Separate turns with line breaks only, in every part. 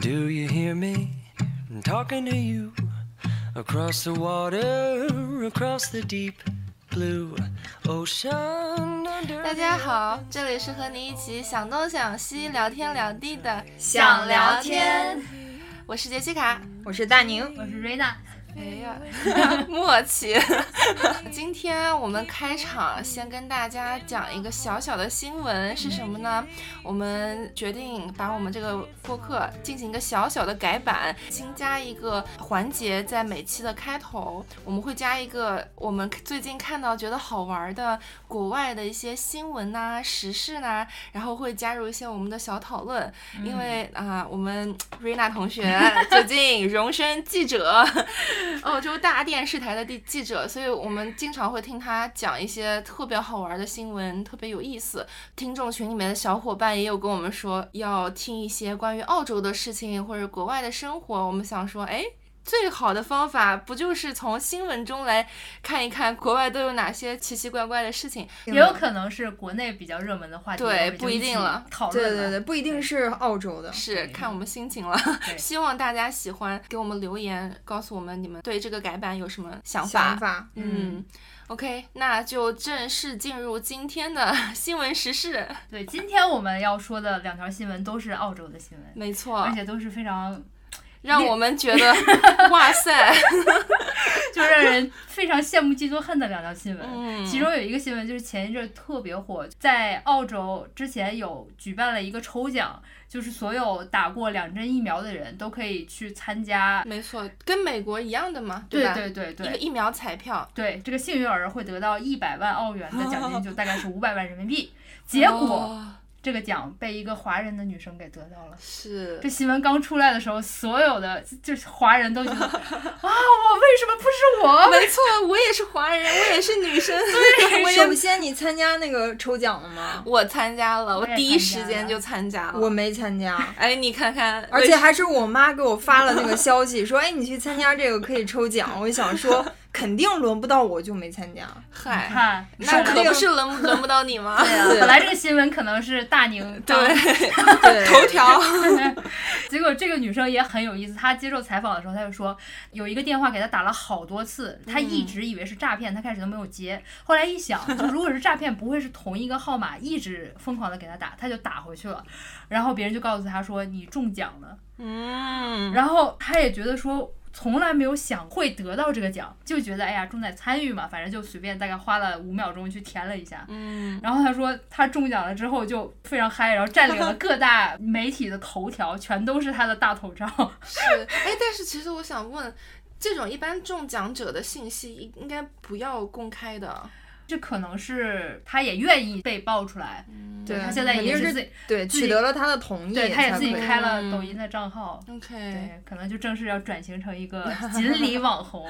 Do you hear me? I'm talking to you across the water, across the deep blue ocean. Under
大家好，这里是和你一起想东想西、聊天聊地的，
想聊天，
我是杰西卡。
我是大宁，
我是瑞娜，
哎呀， 默契！今天我们开场先跟大家讲一个小小的新闻是什么呢？我们决定把我们这个播客进行一个小小的改版，新加一个环节在每期的开头，我们会加一个我们最近看到觉得好玩的国外的一些新闻呐、时事呐、然后会加入一些我们的小讨论，因为啊、我们 瑞娜同学 最近荣升记者，澳洲哦大电视台的记记者，所以我们经常会听他讲一些特别好玩的新闻，特别有意思。听众群里面的小伙伴也有跟我们说要听一些关于澳洲的事情或者国外的生活，我们想说，哎。最好的方法不就是从新闻中来看一看国外都有哪些奇奇怪怪的事情？
也有可能是国内比较热门的话题，
对
我们就
不一定
起
了
讨
对
论
对对，
了。
不一定是澳洲的，
是看我们心情了。
对
希望大家喜欢，给我们留言，告诉我们你们对这个改版有什么想法。
想法。
嗯，OK，那就正式进入今天的 新闻时事。
对今天我们要说的两条新闻都是澳洲的新闻，
没错
而，且都是非常
让我们觉 得哇 塞，
就让 人非常羡慕嫉妒恨的两条新闻。
嗯
其中有一个新闻就是前一阵儿特别火，在澳洲之前有举办了一个抽奖，就是所有打过两针疫苗的人都可以去参加。
没错，跟美国一样的嘛，嗯吧？
对对对
一个疫苗彩票，
对，这个幸运儿会得到一百万澳元的 奖金，就大概是五百万人民币。结果
哦
这个奖被一个华人的女生给得到了。
是
这新闻刚出来的时候，所有的就是华人都觉得 啊，我为什么不是我？
没错，我也是华人，我也是女 生，我
首
也
先，你参加那个抽奖了吗？
我参加了，我
我也
第一
参加
时间
了
就参加了。
我没参 加，
哎，你看看，
而且还是我妈给我发了那个消息，说：“哎，你去参加这个可以抽奖。”我一想 说，肯定轮不到我，就没参加。
嗨，
看，
那
说
可嗯
这
不啊
个
是轮轮不到你吗？
对呀、啊
对
本来这个新闻可能是大宁当
对，
对，
头 条。
结果这个女生也很有意思，她接受采访的时候，她就说有一个电话给她打了好多次，她一直以为是诈骗，她开始都没有接，后来一想，就如果是诈骗，不会是同一个号码一直疯狂的给她打，她就打回去了，然后别人就告诉她说你中奖了，
嗯，
然后她也觉得说。从来没有想会得到这个奖，就觉得哎呀重在参与嘛，反正就随便大概花了五秒钟去填了一下，
嗯，
然后他说他中奖了之后就非常嗨，然后占领了各大媒体的头条，全都是他的大头照。
是，哎，但是其实我想问，这种一般中奖者的信息应应该不要公开的，
这可能是他也愿意被爆出来，
对
嗯他现在
肯
也
定
是
是
自己，
对
自己
取得了他的同意，
对，他也自己
才可以
开了
嗯
抖音的账号。
OK，
对，可能就正式要转型成一个锦鲤网红。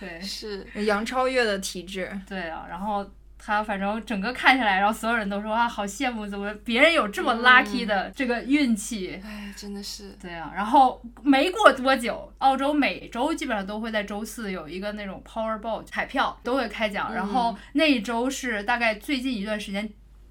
对
是，
杨超越的体质，
对啊，然后他反正整个看下来，然后所有人都说啊，好羡慕，怎么别人有这
嗯
么 lucky 的这个运气？
哎，真的是，
对啊，然后没过多久，澳洲每周基本上都会在周四有一个那种 Powerball 彩票都会开
嗯
奖，然后那一周是大概最近一段时间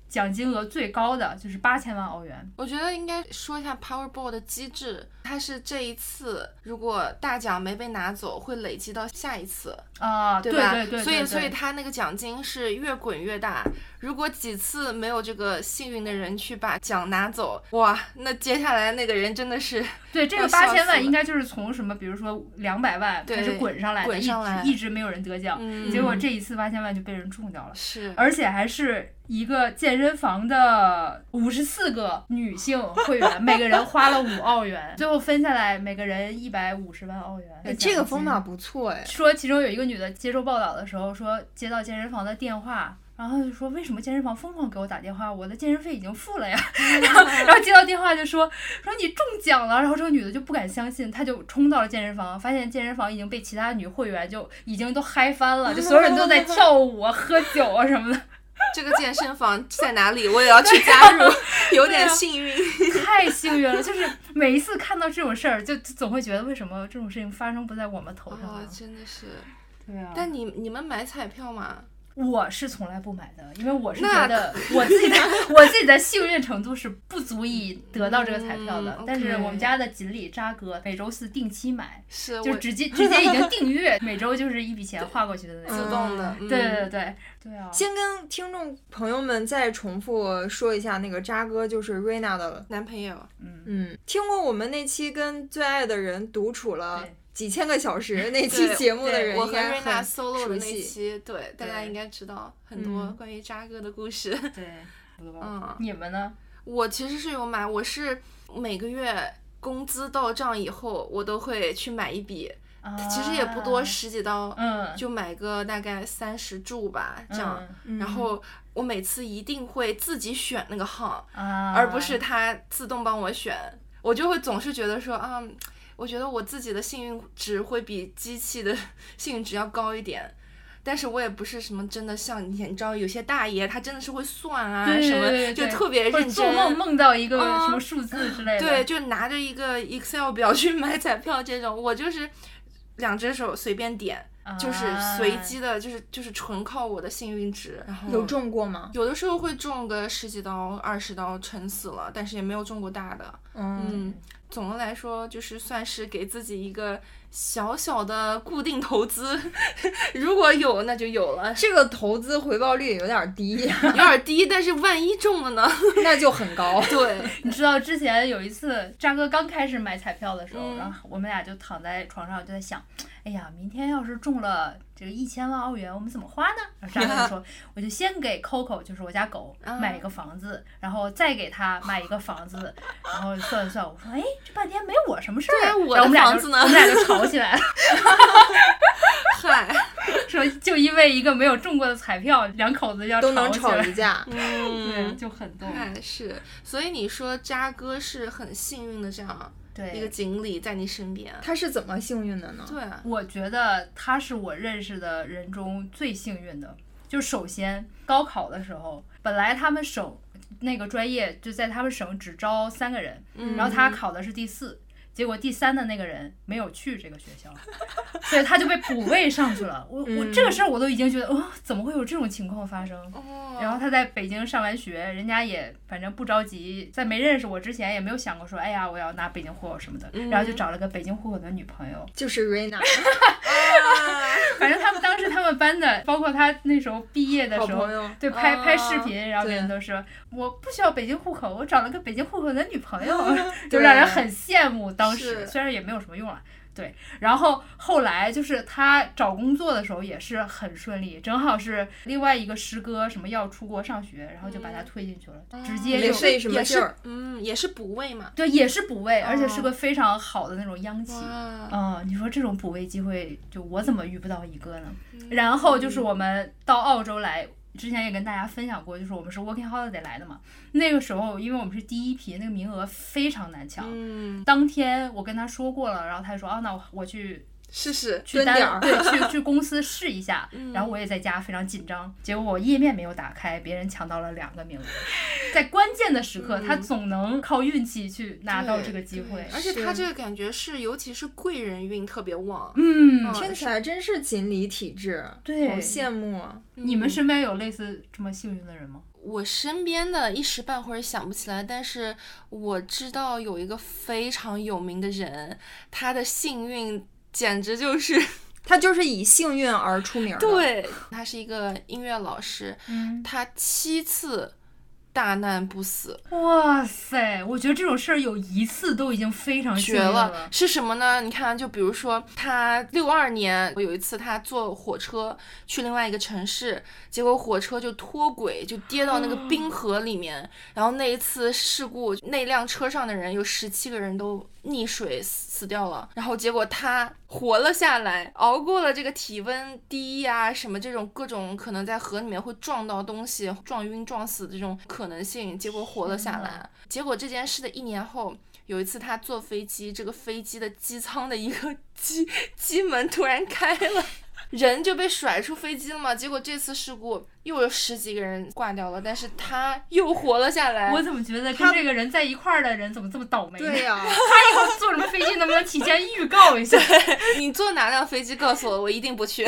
奖金额最高的，就是八千万澳元。
我觉得应该说一下 Powerball 的机制，它是这一次如果大奖没被拿走，会累积到下一次，
啊，对
吧？
对对，
所以
对
所以它那个奖金是越滚越大，如果几次没有这个幸运的人去把奖拿走，哇，那接下来那个人真的是
对这
我
个
笑
八
死
千
了
万应该就是从什么，比如说两百万
对
开始滚上来的，
滚上来
一直一直没有人得奖，
嗯
结果这一次八千万就被人中掉了。
是
而且还是一个健身房的五十四个女性会员，每个人花了五澳元，最后分下来每个人一百五十万澳元。
哎这个方法不错哎。
说，其中有一个女的接受报道的时候说，接到健身房的电话。然后她就说为什么健身房疯狂给我打电话？我的健身费已经 付了呀。然后然后接到电话就说说你中奖了。然后这个女的就不敢相信，她就冲到了健身房，发现健身房已经被其他女会员就已经都嗨翻了，就所有人都在跳舞啊、喝酒啊什么的。
这个健身房在哪里？我也要去加入，
啊
有点幸运。
太幸运了，就是每一次看到这种事儿，就就总会觉得为什么这种事情发生不在我们头上、
哦
啊？
真的是。
对啊，
但你你们买彩票吗？
我是从来不买的，因为我是
那
觉得我自己的 我自己的幸运程度是不足以得到这个彩票的。
嗯
但是
OK
我们家的锦鲤渣哥每周四定期买，
是
就
我
直接直接已经订阅，每周就是一笔钱划过去的 那种。
自动的，嗯
对对对对啊！
先跟听众朋友们再重复说一下，那个渣哥就是瑞娜的，
男朋友，
嗯，
嗯，听过我们那期跟最爱的人独处了
对
几千个小时那期
对
节目的
对
人
我
应
和
该
瑞娜
很
solo 的
熟
那
悉
期，对大家
对
应该知道很多
嗯
关于渣哥的故事。
对。
嗯
你们呢？
我其实是有买，我是每个月工资到账以后，我都会去买一笔，其实也不多，
啊，
十几刀，
嗯，
就买个大概三十注吧，这样。
嗯
然后我每次一定会自己选那个行，
啊，
而不是它自动帮我选，我就会总是觉得说啊。我觉得我自己的幸运值会比机器的 幸运值要高一点，但是我也不是什么真的像你，你知道有些大爷他真的是会算啊
对对
什么，
对对
就
对
特别认
或者
真。
做梦梦到一个
嗯
什么数字之类的。
对，，就拿着一个 Excel 表去 买彩票这种，我就是两只手随便点，
啊
就是随机的，就是就是纯靠我的幸运值。然后
嗯有中过吗？
有的时候会中个十几刀、二十刀，沉死了，但是也没有中过大的。
嗯，
嗯，总的来说就是算是给自己一个小小的固定投资， 如果有那就有了，
这个投资回报率有点低，
有点低，但是万一中了呢？
那就很高。
对，
你知道之前有一次，渣哥刚开始买彩票的时候，
嗯
然后我们俩就躺在床上就在想，哎呀，明天要是中了这个一千万澳元，我们怎么花呢？然后渣哥就说，我就先给 Coco，就是我家狗
啊，
买一个房子，然后再给他买一个房子，然后算了算，我说，哎，这半天没我什么事儿，
对啊
然后
我的
我们俩
房
就
子
我
呢
们俩就吵起来了，
嗨，
说就因为一个没有中过的彩票，两口子要
都能
起
吵
来，
一架，
嗯
对，就很逗，
哎，是，所以你说渣哥是很幸运的，这样一个
对。
锦鲤在你身边。
他是怎么幸运的呢？
对，
我觉得他是我认识的人中最幸运的。就首先高考的时候，本来他们省那个专业就在他们省只招三个人，
嗯
然后他考的是第四，结果第三的那个人没有去这个学校，所以他就被补位上去了。我我
嗯
这个事儿我都已经觉得，哦，怎么会有这种情况发生？
哦，
然后他在北京上完学，人家也反正不着急，在没认识我之前也没有想过说，哎呀，我要拿北京户口什么的，
嗯
然后就找了个北京户口的女朋友。
就是瑞娜，
反正他们当时他们班的，包括他那时候毕业的
好
时候
朋，友。
对拍
哦
拍视频，然后别人
对
都说我不需要北京户口，我找了个北京户口的女 朋友，就
对
让人很羡慕。当
是
时虽然也没有什么用了。对，然后后来就是他找工作的时候也是很顺利，正好是另外一个师哥什么要出国上学，然后就把他推进去了，直接
没
就
费什
嗯
么
哦也
劲
是
儿，，
嗯，也是补位嘛。
对也是补位，而且
哦
是个非常好的那种央企。
哇，
嗯，你说这种补位机会，就我怎么遇不到一个呢？
嗯
然后就是我们到澳洲来。之前也跟大家分享过，就是我们是 working holiday 来的嘛。那个时候，因为我们是第一批，那个名额非常难抢。
嗯，
当天我跟他说过了，然后他就说：“啊，那我我去
试试，
去
蹲点
单
儿
对 去去公司试一下。
嗯
然后我也在家非常紧张，结果我页面没有打开，别人抢到了两个名额。在关键的时刻，他
嗯
总能靠运气去拿到
对
这个机会嗯
对。而且他
是
这个感觉是，尤其是贵人运特别旺。
嗯，
嗯
听起来真是锦鲤体质，
对
好羡慕啊！
你们
嗯
身边有类似这么幸运的人吗？
我身边的一时半会儿想不起来，但是我知道有一个非常有名的人，他的幸运简直 就是
他就是以幸运而出名的，，
对，他是一个音乐老师，
嗯，
他七次大难不死，
哇塞，我觉得这种事儿有一次都已经非常幸
绝
运
了。是什么呢？你看，啊就比如说他六二年，我有一次他坐火车去另外一个城市，结果火车就脱轨，就跌到那个冰河里面。然后那一次事故，那辆车上的人有十七个人都溺水死死掉了。然后结果他活了下来，熬过了这个体温低呀、什么这种各种可能在河里面会撞到东西、撞晕、撞死的这种可能性，结果活了下
天
来。结果这件事的一年后。有一次他 坐飞机，这个飞机的机舱的一个机机门突然开了， 人就被甩出飞机了嘛。结果这次事故又有十几个人挂掉了，但是他又活了下来。
我怎么觉得跟这个人在一块儿的人怎么这么倒霉呢？
对呀、
他以后坐什么飞机能不能提前预 告一下？
你坐哪辆飞机告诉我，我一定不去，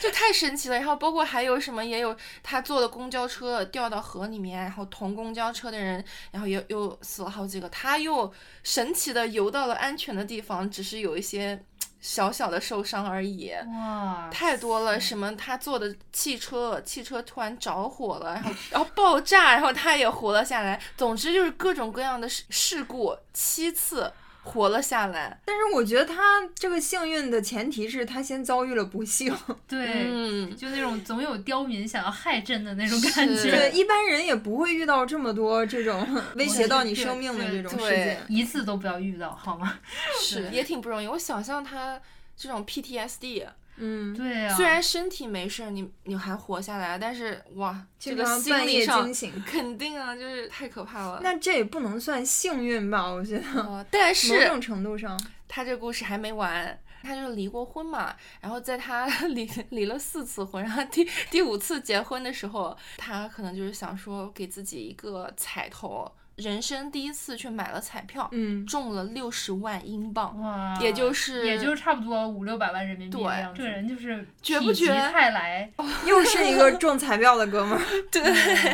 就太神奇了。然后包括还有什么，也有他坐的公交车掉到河里面，然后同公交车的人，然后也又死了好几个，他又神奇的游到了安全的地方，只是有一些嘖小小的受伤而已。
哇，
太多了，
嗯
什么他坐的汽车，汽车突然着火了，然后然后爆炸，然后他也活了下来。总之就是各种各样的事事故，七次活了下来。
但是我觉得他这个幸运的前提是他先遭遇了不幸，
对，
嗯，
就那种总有刁民想要害朕的那种感
是
觉。
对，一般人也不会遇到这么多 这种威胁到你生命的这种事
对
情。
一次都不要遇到，好吗？
是也挺不容易。我想象他这种 PTSD，
嗯，
对啊，
虽然身体没事，你你还活下来，但是哇，这
经
个
常
心
半
理
夜
上
惊醒。
肯定啊，就是太可怕了。
那这也不能算幸运吧？我觉得
哦但
某
是
种程度上，
他这故事还没完，他就是离过婚嘛，然后在他 离离了四次婚，然后第第五次结婚的时候，他可能就是想说给自己一个彩头，人生第一次去买了彩票，
嗯，
中了六十万英 镑，
哇，
也就是
也就是差不多五六百万人民币
对
的样子。这个人就是
绝不
否极
绝
泰来，
又是一个中彩票的哥 们儿，
对。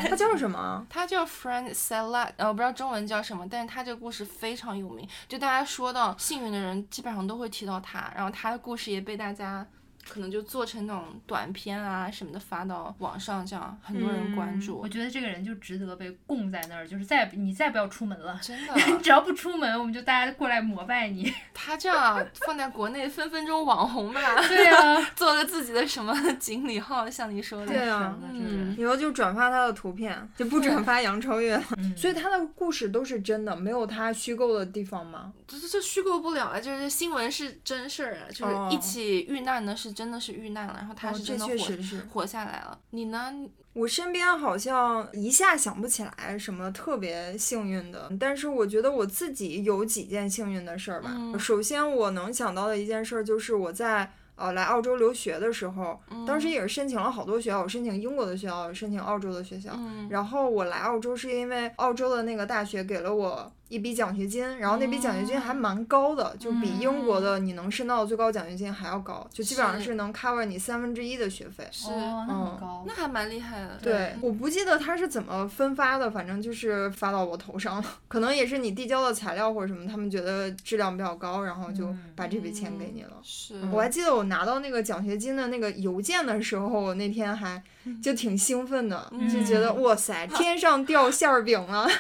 他叫什么啊？
他叫 Friend Sella，呃，我不知道中文叫什么，但是他这个故事非常有名，就大家说到幸运的人，基本上都会提到他，然后他的故事也被大家可能就做成那种短片啊什么的发到网上，这样很多人关注，
嗯
我觉得这个人就值得被供在那儿，就是再你再不要出门了。
真的，
啊
你只要不出门，我们就大家过来膜拜 你。
他这样放在国内分分钟网红吧，
对 啊，
做个自己的什么 锦鲤号，像你说
对
的，
啊
太神了这个人
以后就转发他的图片，就不转发杨超越了。
嗯
所以他的故事都是真的，没有他虚构的地方吗？
这这虚构不了啊，就是新闻是真事儿啊，就
哦
是一起遇难的是真的是遇难了，然后他
哦
是
这
真的活、
确实是
活下来了。你呢？嗯
我身边好像一下想不起来什么特别幸运的，但是我觉得我自己有几件幸运的事儿吧。呃
嗯
首先，我能想到的一件事儿就是我在呃来澳洲留学的时候，当
嗯
时也是申请了好多学校，我申请英国的学校，申请澳洲的学校。
嗯，
然后我来澳洲是因为澳洲的那个大学给了我一笔奖学金，然后那笔奖学金
哦
还蛮高的，就比英国的你能申到的最高奖学金还要高，就基本上
嗯是
是能 cover 你三分之一的学费。
是，
哦，那
嗯
很高
那。还蛮厉害的。
对，我不记得他是怎么分发的，反正就是发到我头上了。 可能也是你递交的材料或者什么，他们觉得质量比较高，然后就
嗯
把这笔钱给你了。嗯
是，
我还记得我拿到那个奖学金的那个邮件的时候，我那天还
嗯
就挺兴奋的，就觉得哇塞，天上掉馅儿饼了。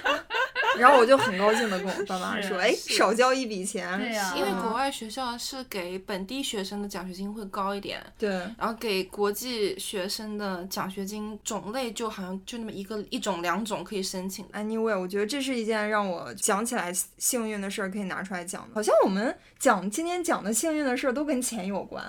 然后我就很高兴的跟我爸妈
是
说，哎，
是
少交一笔钱。
对呀
因为
嗯
国外学校是给本地学生的奖学金会高一点，
对，
然后给国际学生的奖学金种类就好像就那么一个一种两种可以申请的。
Anyway，我觉得这是一件让我想起来幸运的事儿，可以拿出来讲的。好像我们讲今天讲的幸运的事儿都跟钱有关，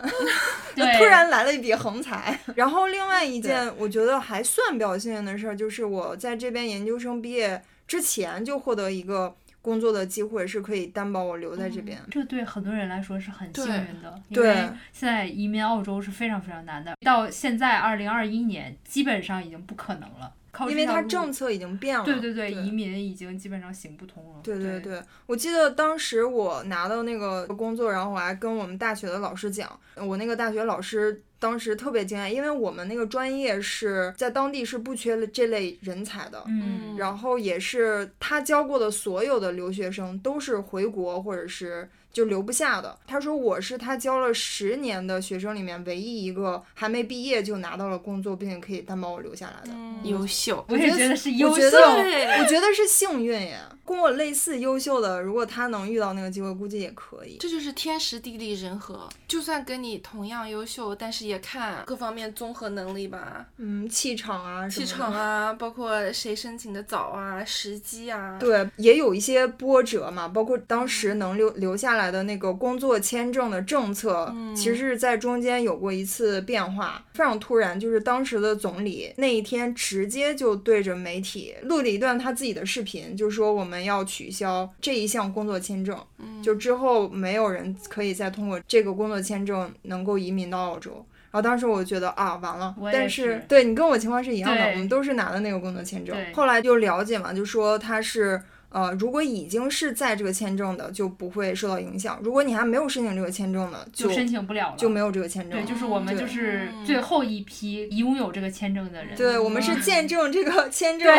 对，
突然来了一笔横财。然后另外一件我觉得还算比较幸运的事儿，就是我在这边研究生毕业之前就获得一个工作的机会，是可以担保我留在
嗯
这边。
这对很多人来说是很幸
对
运的，因
对
为现在移民澳洲是非常非常难的，到现在二零二一年基本上已经不可能了，靠
因为
哦这条
它
路
政策已经变了，
对对对，
对
移民已经基本上行不通了。
对对
对，
对，我记得当时我拿到那个工作，然后我还跟我们大学的老师讲，呃我那个大学老师当时特别惊讶，因为我们那个专业是在当地是不缺这类人才的。
嗯，
然后也是他教过的所有的留学生都是回国或者是就留不下的。他说我是他教了十年的学生里面唯一一个还没毕业就拿到了工作，并且可以担保我留下来的。
嗯
优秀，
我也觉得是优
我觉
秀
得，
对
我觉得是幸运耶。跟我类似优秀的，如果他能遇到那个机会，估计也可以。
这就是天时地利人和。就算跟你同样优秀，但是也看各方面综合能力吧，
嗯，气场啊，
气场。啊，包括谁申请的早啊，时机啊。
对，也有一些波折嘛，包括当时能留
嗯
留下来的那个工作签证的政策，其实是在中间有过一次变化，非常突然。就是当时的总理那一天直接就对着媒体录了一段他自己的视频，就说我们要取消这一项工作签证，
嗯
嗯
就之后没有人可以再通过这个工作签证能够移民到澳洲。然后当时我就觉得啊，完了
我。也
但
是
对你跟我情况是一样的，
对
我们都是拿的那个工作签证
对。
后来就了解嘛，就说他是。呃，如果已经是在这个签证的，就不会受到影响；如果你还没有申请这个签证呢，就
就申请不了了。
就没有这个签证
对，
了。
就是我们
对
就是
嗯
最后一批拥有这个签证的人。
对，我们是见证这个签证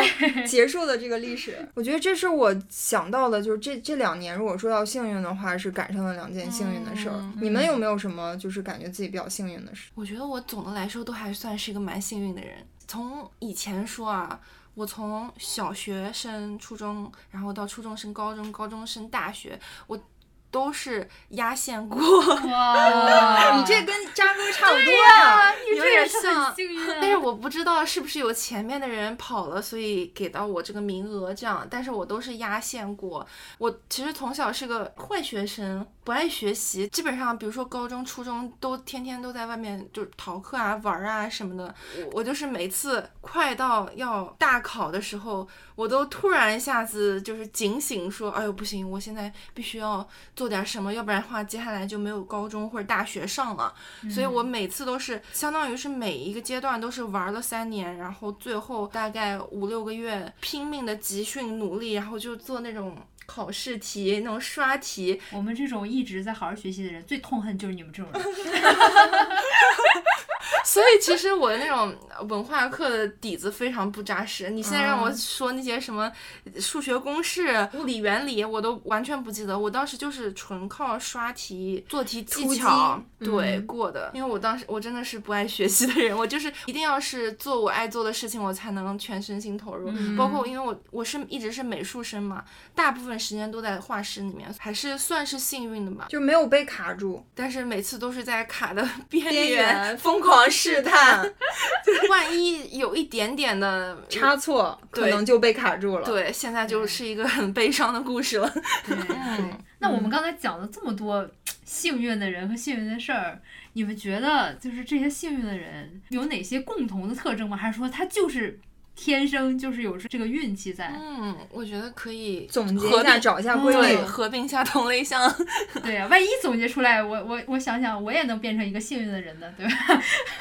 结束的这个历史。我觉得这是我想到的，就是这这两年，如果说到幸运的话，是赶上了两件幸运的事儿。
嗯
你们有没有什么就是感觉自己比较幸运的事？
我觉得我总的来说都还算是一个蛮幸运的人。从以前说啊，我从小学升初中，然后到初中升高中，高中升大学，我都是压线过，
哇，
你这跟渣哥差不多呀、
你
有
这也
点
是很
像
幸运 啊。
但是我不知道是不是有前面的人跑了，所以给到我这个名额这样，但是我都是压线过。我其实从小是个坏学生，不爱学习，基本上比如说高中、初中都天天都在外面就是逃课啊、玩儿啊什么的。我我就是每次快到要大考的时候，我都突然一下子就是警醒说，哎呦不行，我现在必须要做点什么，要不然的话接下来就没有高中或者大学上了。
嗯
所以我每次都是相当于是每一个阶段都是玩了三年，然后最后大概五六个月拼命的集训努力，然后就做那种考试题、那种刷题，
我们这种一直在好好学习的人，最痛恨就是你们这种 人。
所以其实我那种文化课的底子非常不扎实。你现在让我说那些什么数学公式、物理原理，我都完全不记得。我当时就是纯靠刷题、做题技
突击
巧对、
嗯
过的。因为我当时我真的是不爱学习的人，我就是一定要是做我爱做的事情，我才能全身心投入。包括因为我我是一直是美术生嘛，大部分时间都在画室里面，还是算是幸运的吧。
就没有被卡住。
但是每次都是在卡的 边
边缘嗯
疯狂试探。
看
万一有一点点的
差错，可
对
能就被卡住了。，
对，现在就是一个很悲伤的故事了。
对
嗯
对那我们刚才讲了这么多幸运的人和幸运的事儿，你们觉得就是这些幸运的人有哪些共同的特征吗？还是说他就是天生就是有这个运气在？
嗯，我觉得可以
总结
合
一下，
并
找一下
嗯
规律
对。合并一下同类项。
对呀、万一总结出来，我我我想想，我也能变成一个幸运的人呢，对吧？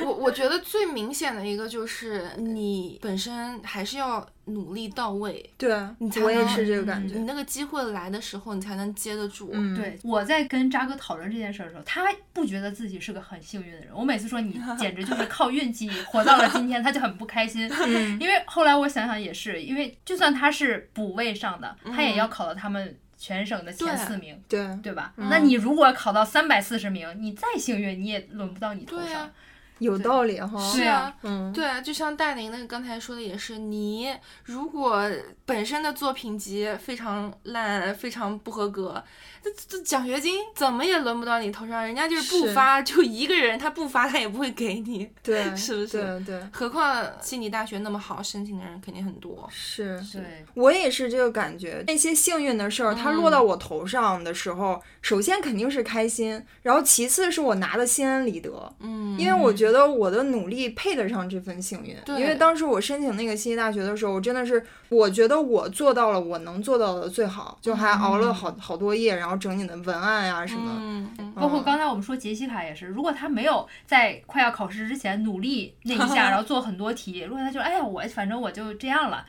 我我觉得最明显的一个就是你本身还是要努力到位，
对，嗯
你才
我也
能
是这个感觉。
你那个机会来的时候，你才能接得住。
嗯，
对，我在跟渣哥讨论这件事儿的时候，他不觉得自己是个很幸运的人。我每次 说你简直就是靠运气活到了今天，他就很不开心。
嗯
因为后来我想想也是，因为就算他是补位上的，他也要考到他们全省的
嗯
前
对嗯
四名。
对，
对吧？那你如果考到三百四十名，你再幸运，你也轮不到你头
对
上
啊。
有道理哈。
是
对啊
啊，
嗯，
对啊，就像大林那个刚才说的也是，你如果本身的作品集非常烂、非常不合格，这这奖学金怎么也轮不到你头上，人家就是不
是
发，就一个人他不发他也不会给你，
对，
是不是
对对
何况悉尼大学那么好，申请的人肯定很多。
是。
对，
我也是这个感觉，那些幸运的事儿，它
嗯
落到我头上的时候，首先肯定是开心，然后其次是我拿的心安理得，
嗯，
因为我觉得我的努力配得上这份幸运。
对
因为当时我申请那个悉尼大学的时候，我真的是，我觉得我做到了我能做到的最好，就还熬了好好多夜，然后整你的文案呀、什么的。
嗯，
包括刚才我们说杰西卡也是，如果她没有在快要考试之前努力那一下，然后做很多题，如果她就哎呀我反正我就这样了，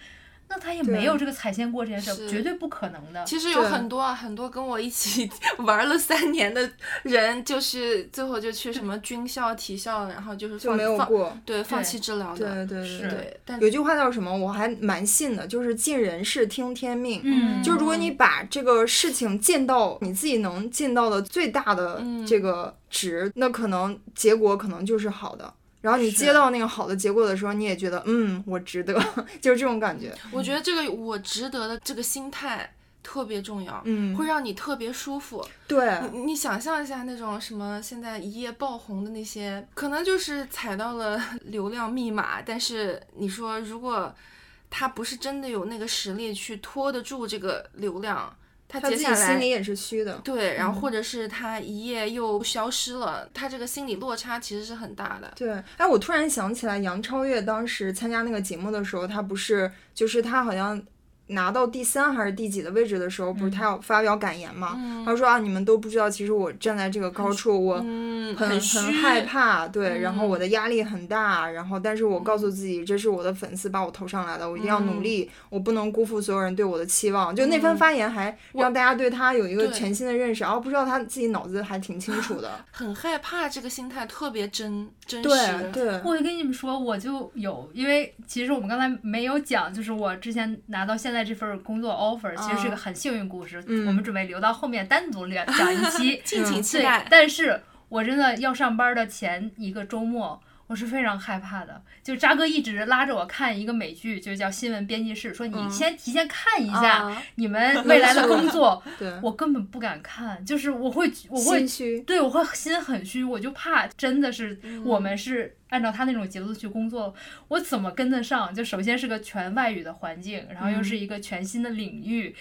那她也没有这个踩线过这件事，
是
绝对不可能的。
其实有
对
很多啊很多跟我一起 玩了三年的人，就是最后就去什么军校、体校，然后就是
就
放
没有
放
过，
对放弃治疗
对
的。
对对
是
对
对，但
有句话叫什么？我还蛮信的，就是尽人事，听天命。
嗯，
就是如果你把这个事情尽到你自己能尽到的最大的
嗯
这个值，那可能结果可能就是好的。然后你
是
接到那个好的结果的时候，你也觉得嗯，我值得， 就是这种感觉。
我觉得这个我值得的这个心态特别重要，
嗯
会让你特别舒服。
对，
你你想象一下那种什么现在一夜爆红的那些，可能就是踩到了 流量密码，但是你说如果他不是真的有那个实力去拖得住这个流量，他
他
接
自
下
己心
来
里。嗯也是虚的。
对，然后或者是他一夜又消失了，他这个心理落差其实是很大的。
对，哎，我突然想起来，杨超越当时参加那个节目的时候，她不是就是她好像拿到第三还是第几的位置的时候，
嗯
不是他要发表感言嘛？他说啊，你们都不知道，其实我站在这个高处，我
嗯，
很
虚，
很害怕，对，然后我的压力很大，然后但是我告诉自己，这是我的粉丝把我投上来的，我一定要努力，我不能辜负所有人对我的期望。就那番发言还让大家对他有一个
对
全新的认识，然后不知道他自己脑子还挺清楚的，
很害怕，这个心态特别真 真
对
实。。
对，
我跟你们说，我就有，因为其实我们刚才没有讲，就是我之前拿到现在这份工作 offer，其实是一个很幸运故事。
嗯
我们准备留到后面单独聊讲一期
敬请期
嗯对
待，。
但是我真的要上班的前一个周末，我是非常害怕的。就渣哥一直拉着我看一个美剧，就叫《新闻编辑室》，说
嗯
你先提前看一下
啊
你们未 来的工作，
对，
我根本不敢看，就是我会我会
心虚，
对，我会心很虚，我就怕真的是我们是按照他那种节奏去工作，我怎么跟得上？就首先是个全外语的环境，然后又是一个全新的领域，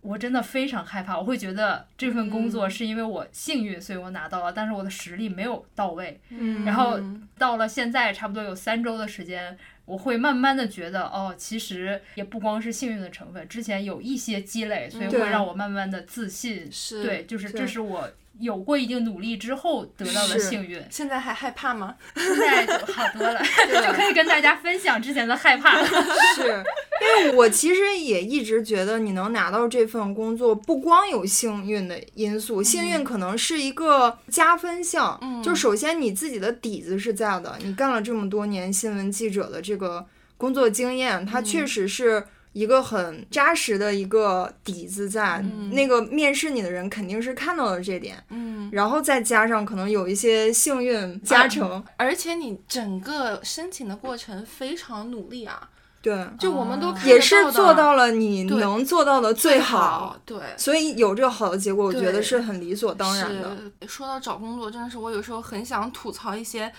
我真的非常害怕。我会觉得这份工作是因为我幸运，所以我拿到了，但是我的实力没有到位。
嗯
然后到了现在，差不多有三周的时间，我会慢慢的觉得，哦，其实也不光是幸运的成分，之前有一些积累，所以
对
会让我慢慢的自信。
是
对，就是
对
这是我有过一定努力之后得到的
是
幸运。
现在还害怕吗？
现在就好多了，就可以跟大家分享之前的害怕。
是因为我其实也一直觉得，你能拿到这份工作，不光有幸运的因素，幸运可能是一个加分项。
嗯
就首先你自己的底子是在的，你干了这么多年新闻记者的这个工作经验，
嗯
它确实是。一个很扎实的一个底子在，那个面试你的人肯定是看到了这点，
嗯，啊
然后再加上可能有一些幸运加成，
而且你整个申请的过程非常努力啊，
对，
就我们
哦
都看得
也是
的
做到了你
对
能做到的最
最
好
好，，对。
所以有这个好的结果，我觉得
对
是很理所当然的。
是说到找工作，真的是我有时候很想吐槽一些，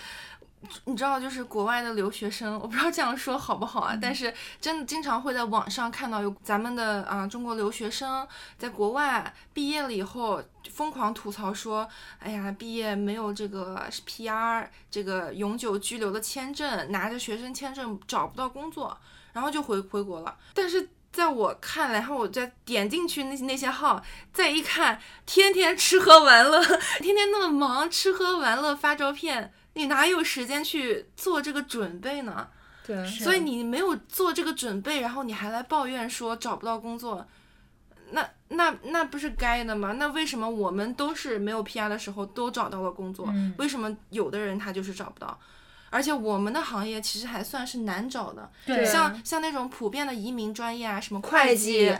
你知道，就是国外的留学生，我不知道这样说好不好啊，但
嗯
是真的经常会在网上看到有咱们的啊、中国留学生在国外毕业了以后。疯狂吐槽说：“哎呀，毕业没有这个 PR 这个永久居留的签证，拿着学生签证找不到工作，然后就回回国了。”但是在我看来，然后我再点进去那那些号，再一看，天天吃喝玩乐， 天天那么忙，吃喝玩乐发照片，你哪有时间去做这个准备呢？
对，
是啊
所以你没有做这个准备，然后你还来抱怨说找不到工作，那那那不是该的吗？那为什么我们都是没有 PR 的时候都找到了工作？
嗯
为什么有的人他就是找不到？而且我们的行业其实还算是难找的，
对啊
像像那种普遍的移民专业啊，什么
会计、
计、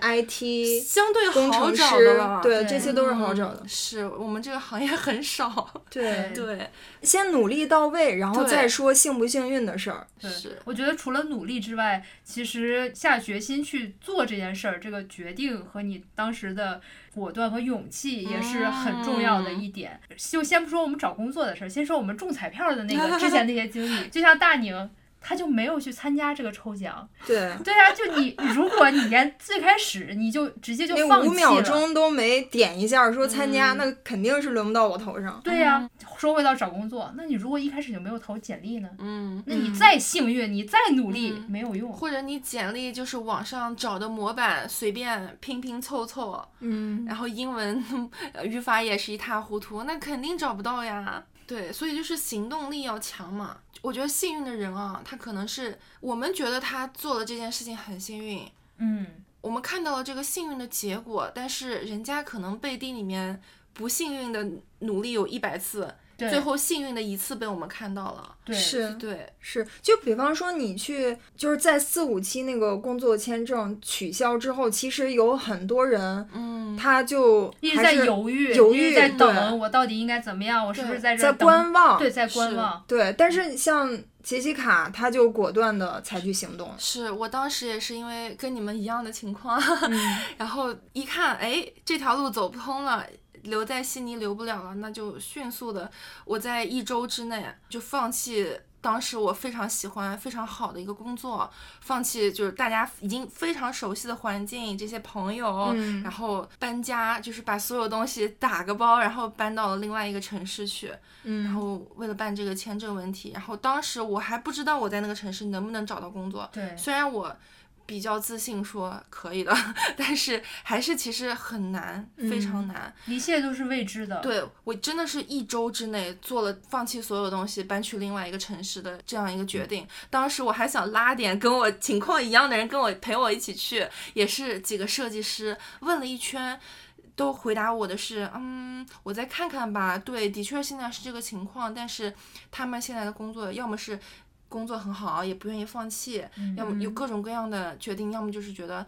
IT、
相对
工
好
程
找的
师
了，，
对，
对
这些都是好找的
嗯。是我们这个行业很少，
对，
哎对
对，
先努力到位，然后
对
再说幸不幸运的事儿。
对
是，
我觉得除了努力之外，其实下决心去做这件事儿，这个决定和你当时的果断和勇气也是很重要
嗯
的一点。就先不说我们找工作的事儿，先说我们中彩票的 那个之前那些经历，就像大宁。他就没有去参加这个抽奖，
对，
对啊，就你如果你连最开始你就直 接就
那
放弃
五
了，嗯
秒钟都没点一下说参加，那肯定是轮不到我头上。
对呀、说回到找工作，那你如果一开始就没有投简历呢？
嗯。
那你再幸运，你再努力、
嗯
没有用。
或者你简历就是网上找的模板，随便拼拼凑凑，
嗯，
然后英文呃语法也是一塌糊涂，那肯定找不到呀。对，所以就是行动力要强嘛。我觉得幸运的人啊，他可能是我们觉得他做了这件事情很幸运，
嗯，
我们看到了这个幸运的结果，但是人家可能背地里面不幸运的努力有一百次，
对，
最后幸运的一次被我们看到了。
对
是
对，
是，就比方说你去，就是在四五期那个工作签证取消之后，其实有很多人
嗯，
他就
一直
还
在
是
犹豫，
犹
一
豫
直在
对
等我到底应该怎么样，我是不是在这
在
儿等
观望，
对，在观
是
望。
对，
嗯
但是像杰西卡，她就果断的采取行动。
是我当时也是因为跟你们一样的情况，
嗯
然后一看，哎，这条路走不通了。留在悉尼留不了了，那就迅速的，我在一周之内就放弃当时我非常喜欢、非常好的一个工作，放弃就是大家已经非常熟悉的环境，这些朋友，
嗯
然后搬家，就是把所有东西打个包，然后搬到了另外一个城市去。然
嗯，
后为了办这个签证问题，然后当时我还不知道我在那个城市能不能找到工作。
对，
虽然我比较自信说可以的， 但是还是其实很难，非常难。
一切都是未知的。
对我真的是一周之内做了放弃所有东西搬去另外一个城市的这样一个决定。当时我还想拉点跟我情况一样的人跟我陪我一起去，也是几个设计师问了一圈。都回答我的是，嗯，我再看看吧。对，的确现在是这个情况，但是他们现在的工作，要么是工作很好，也不愿意放弃，要么有各种各样的决定，要么就是觉得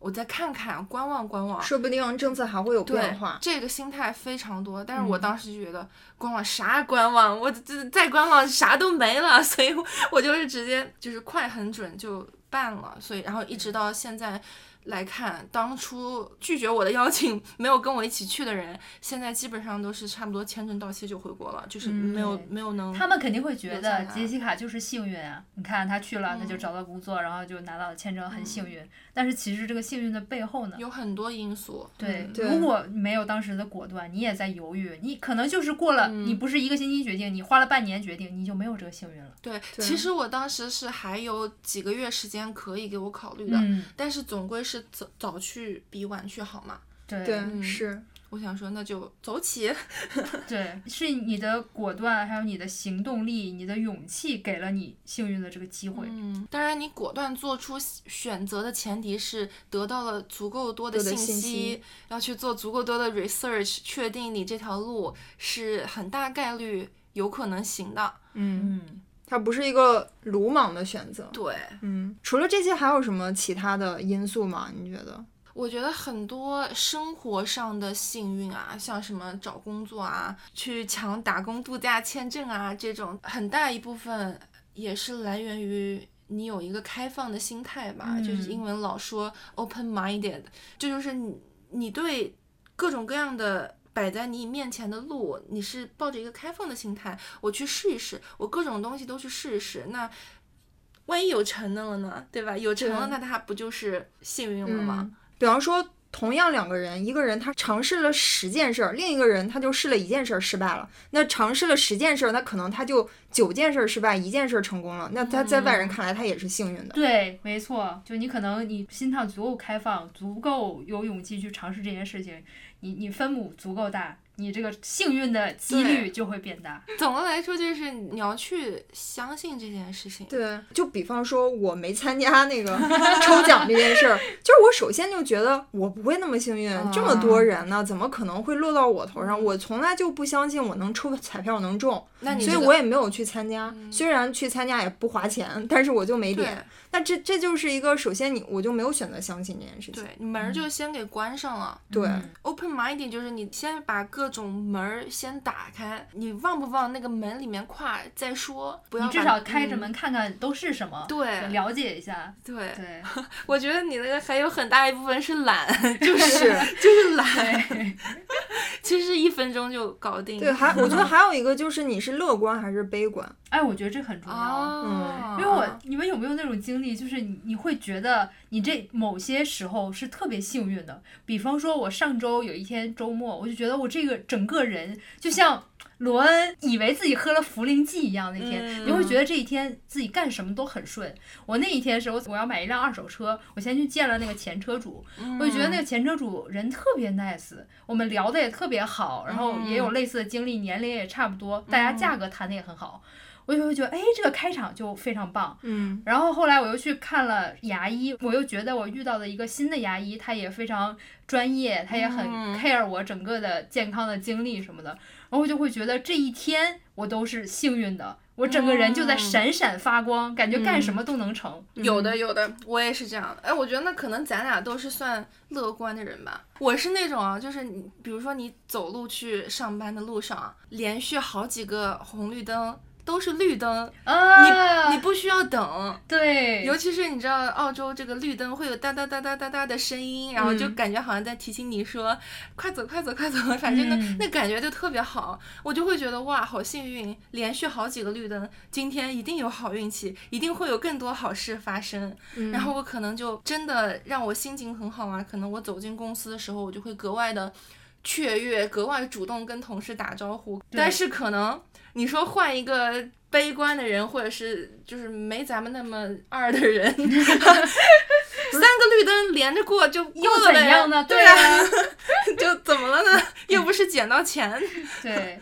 我再看看，观望观望。
说不定政策还会有
对
变化，。
这个心态非常多，但是我
嗯
当时就觉得、观望啥观望，我这再观望啥都没了， 所以我我就是直接就是快很准就办了，所以然后一
嗯
直到现在来看，当初拒绝我的邀请没有跟我一起去的人，现在基本上都是差不多签证到期就回国了，就是没有、
对
没有能
嗯他们肯定会觉
留下
得
来
杰西卡就是幸运啊！你看她去了，她就
嗯
找到工作，然后就拿到了签证，很
嗯
幸运。但是其实这个幸运的背后呢，
有很多因素，
对
嗯，
对
如果没有当时的果断，你也在犹豫，你可能就是过
嗯
了，你不是一个星期决定，你花了半年决定，你就没有这个幸运了。
对，
对
其实我当时是还有几个月时间可以给我考虑的，
嗯，
但是总归是早早去比晚去好嘛。
对
对，
嗯
是
我想说，那就走起。
对，是你的果断，还有你的行动力，你的勇气，给了你幸运的这个机会。
嗯，当然，你果断做出选择的前提是得到了足够多的
多
信
的信息
要去做足够多的 research，确定你这条路是很大概率有可能行的。
嗯，
嗯，
它不是一个鲁莽的选择。
对，
嗯，除了这些，还有什么其他的因素吗？你觉得？
我觉得很多生活上的幸运啊，像什么找工作啊、去抢打工度假签证啊，这种很大一部分也是来源于你有一个开放的心态吧，
嗯
就是英文老说 open minded，这就是你你对各种各样的。摆在你面前的路，你是抱着一个开放的心态，我去试一试，我各种东西都去试一试。那万一有成的了呢，对吧？有成了，
对
那它不就是幸运了吗？
嗯比方说，同样两个人，一个人他尝试了十件事儿，另一个人他就试了一件事儿失败了。那尝试了十件事儿，那可能他就九件事儿失败，一件事儿成功了。那他在外
嗯
人看来，他也是幸运的。
对，没错，就你可能你心态足够开放，足够有勇气去尝试这件事情，你你分母足够大，你这个幸运的几
对
率就会变大。
总的来说，就是你要去相信这件事情。
对，就比方说我没参加那个抽奖这件事儿，就是我首先就觉得我不会那么幸运，这么多人呢，怎么可能会落到我头上？我从来就不相信我能抽彩票能中，
那你
所以
这个
我也没有去参加。虽然去参加也不花钱，但是我就没
对
脸。那这这就是一个，首先你我就没有选择相信这件事情。
对，你门儿就先给关上了。
对，
嗯
Open minded 就是你先把各种门儿先打开，你往不往那个门里面跨再说，不要
你至
把
少开着。
嗯
门看看都是什么，
对
了解一下。
对，
对，
我觉得你那个还有很大一部分是 懒，就是就是懒，
对，
其实一分钟就搞定。
对，还我觉得还有一个就是你是乐观还是悲观？
哎，我觉得这很重要。
啊，
嗯
因为我，你们有没有那种经历，就是你你会觉得你这某些时候是特别幸运的。比方说，我上周有一天周末，我就觉得我这个整个人就像罗恩以为自己喝了茯苓剂一样。那天、你会觉得这一天自己干什么都很顺。我那一天是我我要买一辆二手车，我先去见了那个前车主，我就觉得那个前车主人特别 nice，我们聊的也特别好，然后也有类似的经历，年龄也差不多，大家价格谈的也很好。我就会觉得，哎，这个开场就非常棒。
嗯，
然后后来我又去看了牙医，我又觉得我遇到了一个新的牙医，他也非常专业，他也很 care 我整个的健康的经历什么的。然后我就会觉得这一天我都是幸运的，我整个人就在闪闪发光，感觉干什么都能成。
有的有的，我也是这样。哎，我觉得那可能咱俩都是算乐观的人吧。我是那种啊，就是你，比如说你走路去上班的路上啊，连续好几个红绿灯都是绿灯，
啊，
你你不需要等。
对，
尤其是你知道澳洲这个绿灯会有哒哒哒哒哒哒的声音，然后就
嗯
感觉好像在提醒你说、快走快走快走，反正那、
嗯
那感觉就特别好，我就会觉得哇好幸运，连续好几个绿灯，今天一定有好运气，一定会有更多好事发生。
嗯
然后我可能就真的让我心情很好啊，可能我走进公司的时候，我就会格外的雀跃，格外主动跟同事打招呼。
对
但是可能你说换一个 悲观的人，或者是就是没咱们那么二的人，三个绿灯连着过就过
又
了
怎
呀
样呢？
对
呀、
啊，就怎么了呢？又不是捡到 钱。
啊
对，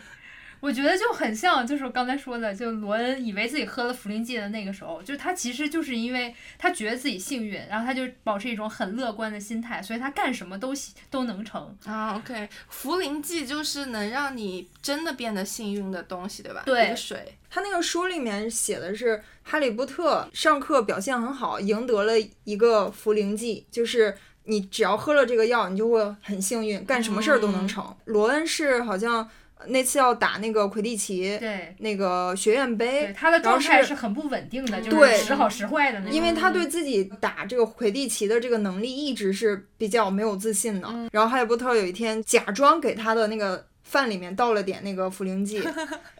我觉得就很像，就是我刚才说的，就罗恩以为自己喝了福林剂的那个时候，就是他其实就是因为他觉得自己幸运，然后他就保持一种很乐观的心态，所以他干什么都喜都能成。
啊，OK，茯苓剂就是能让你真的变得幸运的东西，对吧？
对
一个水。
他那个书里面写的是哈利波特上课表现很好，赢得了一个茯苓剂，就是你只要喝了这个药，你就会很幸运，干什么事儿都
嗯
能成。罗恩是好像呃那次要打那个魁地奇
对。
那个学院
对
杯。
他的状态
哎然后是
是很不稳定的，就
对
是时好时坏的那种。
因为他对自己打这个魁地奇的这个能力一直是比较没有自信的，然后哈利波特有一天假装给他的那个饭里面倒了点那个茯苓剂，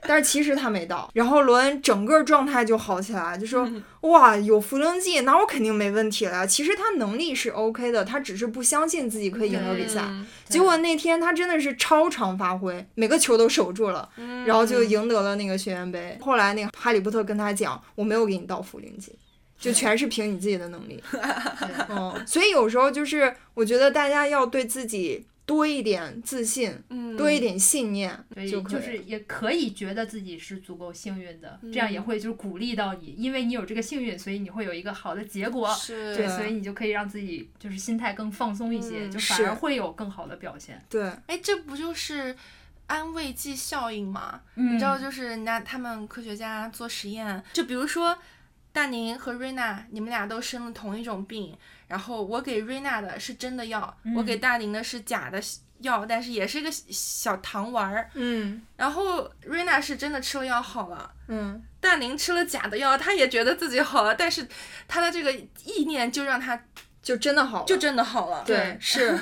但是其实他没倒，然后罗恩整个状态就好起来，就说、哇，有茯苓剂，那我肯定没问题了呀。其实他能力是 OK 的，他只是不相信自己可以赢得比赛。
嗯
对
结果那天他真的是超常发挥，每个球都守住了，
嗯
然后就赢得了那个学员杯。后来那个哈利波特跟他讲，我没有给你倒茯苓剂，就全是凭你自己 的能力。
对
嗯，所以有时候就是我觉得大家要对自己多一点自信，
嗯，
多一点信念
对，
就可以
就
了。
是也可以觉得自己是足够幸运的，这
嗯
样也会就是鼓励到你，因为你有这个幸运，所以你会有一个好的结果，
是，
对，
对
所以你就可以让自己就是心态更放松一些，
嗯
就反而
是
会有更好的表现。
对，
哎，这不就是安慰剂效应吗？
嗯
你知道，就是人家他们科学家做实验，就比如说大宁和瑞娜，你们俩都生了同一种病，然后我给瑞娜的是真的药，我给大宁的是假的药，但是也是个小小糖丸儿。
嗯
然后瑞娜是真的吃了药好了。
嗯，
大宁吃了假的药，他也觉得自己好了，但是他的这个意念就让他
就真的好了，
就真的好了。
对， 是。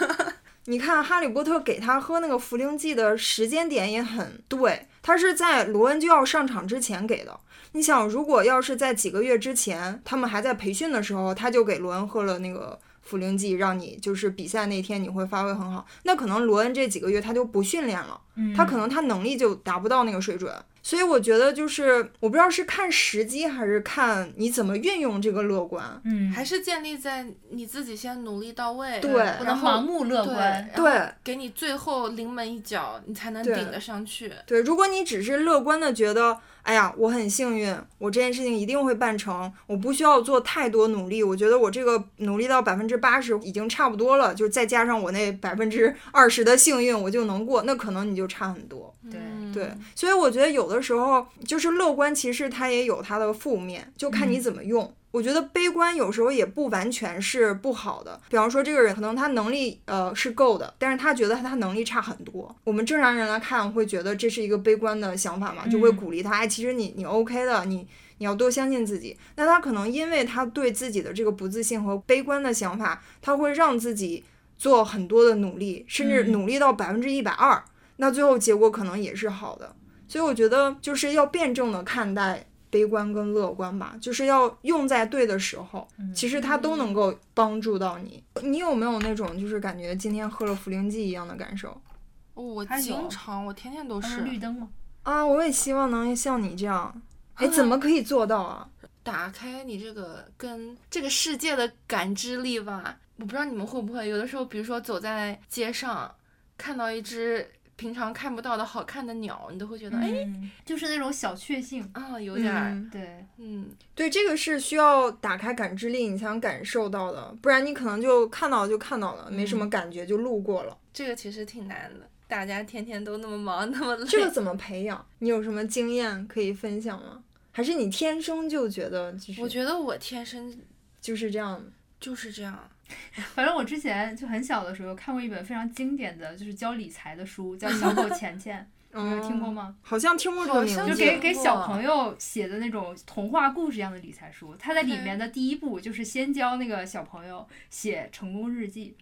你看，哈利波特给他喝那个茯苓剂的时间点也很对，他是在罗恩就要上场之前给的。你想，如果要是在几个月之前，他们还在培训的时候，他就给罗恩喝了那个茯苓剂，让你就是比赛那天你会发挥很好，那可能罗恩这几个月他就不训练了，
嗯
他可能他能力就达不到那个水准。所以我觉得就是，我不知道是看时机还是看你怎么运用这个乐观。
嗯，
还是建立在你自己先努力到位，
对
不
然
能
后
盲目乐
对
观。，
然后
对
给你最后临门一脚，你才能
对
顶得上去。
对，如果你只是乐观的觉得，哎呀，我很幸运，我这件事情一定会办成，我不需要做太多努力，我觉得我这个努力到百分之八十已经差不多了，就是再加上我那百分之二十的幸运，我就能过，那可能你就差很多。
对
嗯
对，所以我觉得有的时候就是乐观，其实它也有它的负面，就看你
嗯
怎么用。我觉得悲观有时候也不完全是不好的，比方说这个人可能他能力呃是够的，但是他觉得他能力差很多。我们正常人来看会觉得这是一个悲观的想法嘛，就会
嗯
鼓励他，哎，其实你你 OK 的，你你要多相信自己。那他可能因为他对自己的这个不自信和悲观的想法，他会让自己做很多的努力，甚至
嗯
努力到百分之一百二，那最后结果可能也是好的。所以我觉得就是要辩证的看待悲观跟乐观吧，就是要用在对的时候，
嗯
其实它都能够帮助到你。你有没有那种就是感觉今天喝了茯苓剂一样的感受
哦我
还有
经常，我天天都
他
是
们绿灯嘛，
啊？我也希望能像你这样，哎，怎么可以做到啊？
打开你这个跟这个世界的感知力吧。我不知道你们会不会，有的时候，比如说走在街上，看到一只平常看不到的好看的鸟，你都会觉得，哎、
嗯，就是那种小确幸。
啊、有点儿，
嗯
对，
嗯，
对，这个是需要打开感知力，你才能感受到的，不然你可能就看到就看到了，没
嗯
什么感觉就路过了。
这个其实挺难的。大家天天都那么忙，那么累，
这个怎么培养？你有什么经验可以分享吗？还是你天生就觉得就是
我觉得我天生
就是这样的？
就是这样。
反正我之前就很小的时候看过一本非常经典的就是教理财的书，叫《小狗 钱钱》，你们有听过吗？
嗯好像听过这个
好
名
像嗯
字，
就
了
给
解
给
过
小朋友写的那种童话故事一样的理财书。他在里
OK
面的第一步就是先教那个小朋友写成功日记，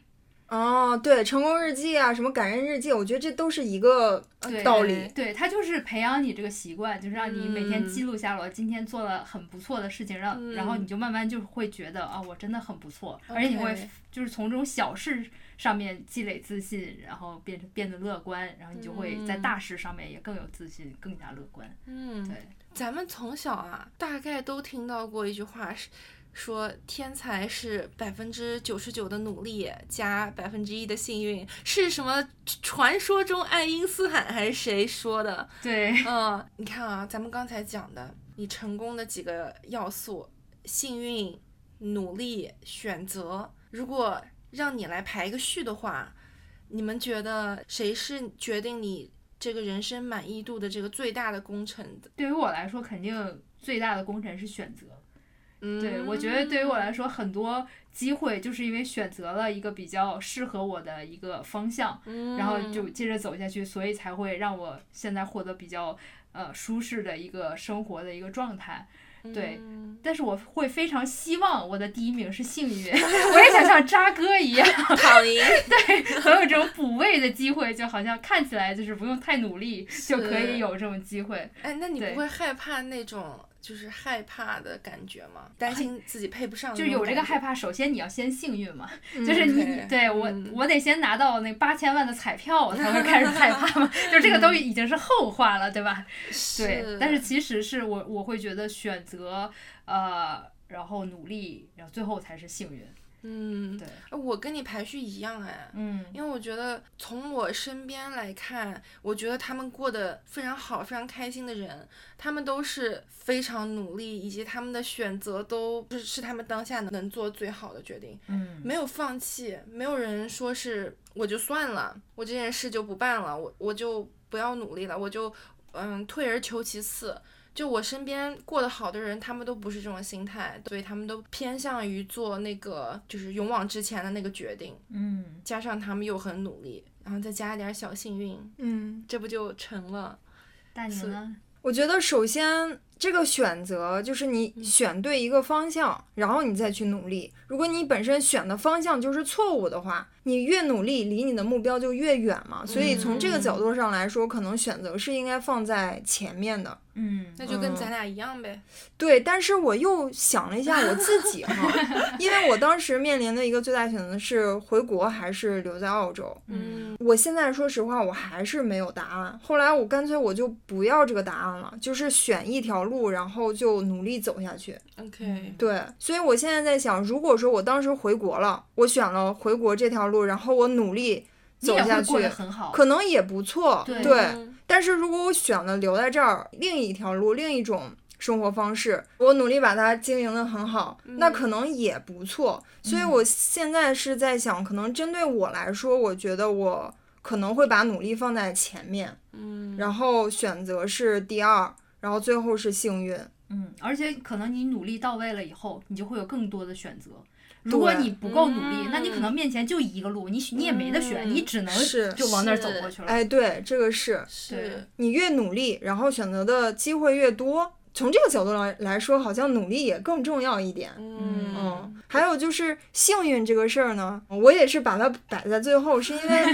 哦，对，成功日记啊，什么感恩日记，我觉得这都是一个
对
道理。
对他就是培养你这个习惯，就是让你每天
嗯
记录下我今天做了很不错的事情，让、然后
嗯
你就慢慢就会觉得啊，我真的很不错，而且你会
OK
就是从这种小事上面积累自信，然后变变得乐观，然后你就会在
嗯
大事上面也更有自信，更加乐观。
嗯，
对，
咱们从小啊，大概都听到过一句话是。说天才是百分之九十九的努力加百分之一的幸运，是什么传说中爱因斯坦还是谁说的？
对，
嗯，你看啊，咱们刚才讲的，你成功的几个要素：幸运、努力、选择。如果让你来排个序的话，你们觉得谁是决定你这个人生满意度的这个最大的功臣的？
对于我来说，肯定最大的功臣是选择。
嗯，
对，我觉得对于我来说，很多机会就是因为选择了一个比较适合我的一个方向，
嗯，
然后就接着走下去，所以才会让我现在获得比较呃舒适的一个生活的一个状态。对
嗯
但是我会非常希望我的第一名是幸运， 我也想像渣哥一样，
躺赢。
对，能有这种补位的机会，就好像看起来就是不用太努力就可以有这种机会。
哎，那你
对
不会害怕那种就是害怕的感觉吗？担心自己配不上，
就有这个害。怕，首先你要先幸运嘛，就是
嗯
你
对
你对我
嗯
我得先拿到那八千万的彩票，我才会开始害 怕嘛，就这个都已经是后话了，对吧？对，但是其实是我我会觉得选择呃，然后努力，然后最后才是幸运。
嗯，
对，
我跟你排序一样哎。
嗯，
因为我觉得从我身边来看，我觉得他们过得非常好、非常开心的人，他们都是非常努力，以及他们的选择都是是他们当下能做最好的决定，
嗯，
没有放弃，没有人说是我就算了，我这件事就不办了，我我就不要努力了，我就嗯退而求其次。就我身边过得好的人，他们都不是这种心态，所以他们都偏向于做那个就是勇往直前的那个决定。
嗯，
加上他们又很努力，然后再加一点小幸运，
嗯，
这不就成了？
大
是
宁呢？
我觉得首先这个选择就是你选对一个方向，然后你再去努力。如果你本身选的方向就是错误的话，你越努力，离你的目标就越远嘛。所以从这个角度上来说，可能选择是应该放在前面的。
嗯
那就跟
嗯
咱俩一样呗。
对，但是我又想了一下我自己哈，因为我当时面临的一个最大选择是回国还是留在澳洲。
嗯
我现在说实话，我还是没有答案。后来我干脆我就不要这个答案了，就是选一条路，然后就努力走下去。
，OK，
嗯对，所以我现在在想，如果说我当时回国了，我选了回国这条路，然后我努力
你
走
也
下
会过得
去，
很好。
可能也不错。
对
嗯
但是如果我选了留在这儿，另一条路，另一种生活方式，我努力把它经营得很好，那可能也不错。所以我现在是在想，可能针对我来说，我觉得我可能会把努力放在前面，
嗯，
然后选择是第二，然后最后是幸运。
嗯，而且可能你努力到位了以后，你就会有更多的选择。如果你不够努力，那你可能面前就一个路，你选你也没得选，
嗯
你只能
嗯是
就往那儿走
是
过去了。
哎，对，这个是
是，嗯
你越努力，然后选择的机会越多。从这个角度来来说，好像努力也更重要一点。
嗯，
嗯，还有就是幸运这个事儿呢，我也是把它摆在最后，是因为，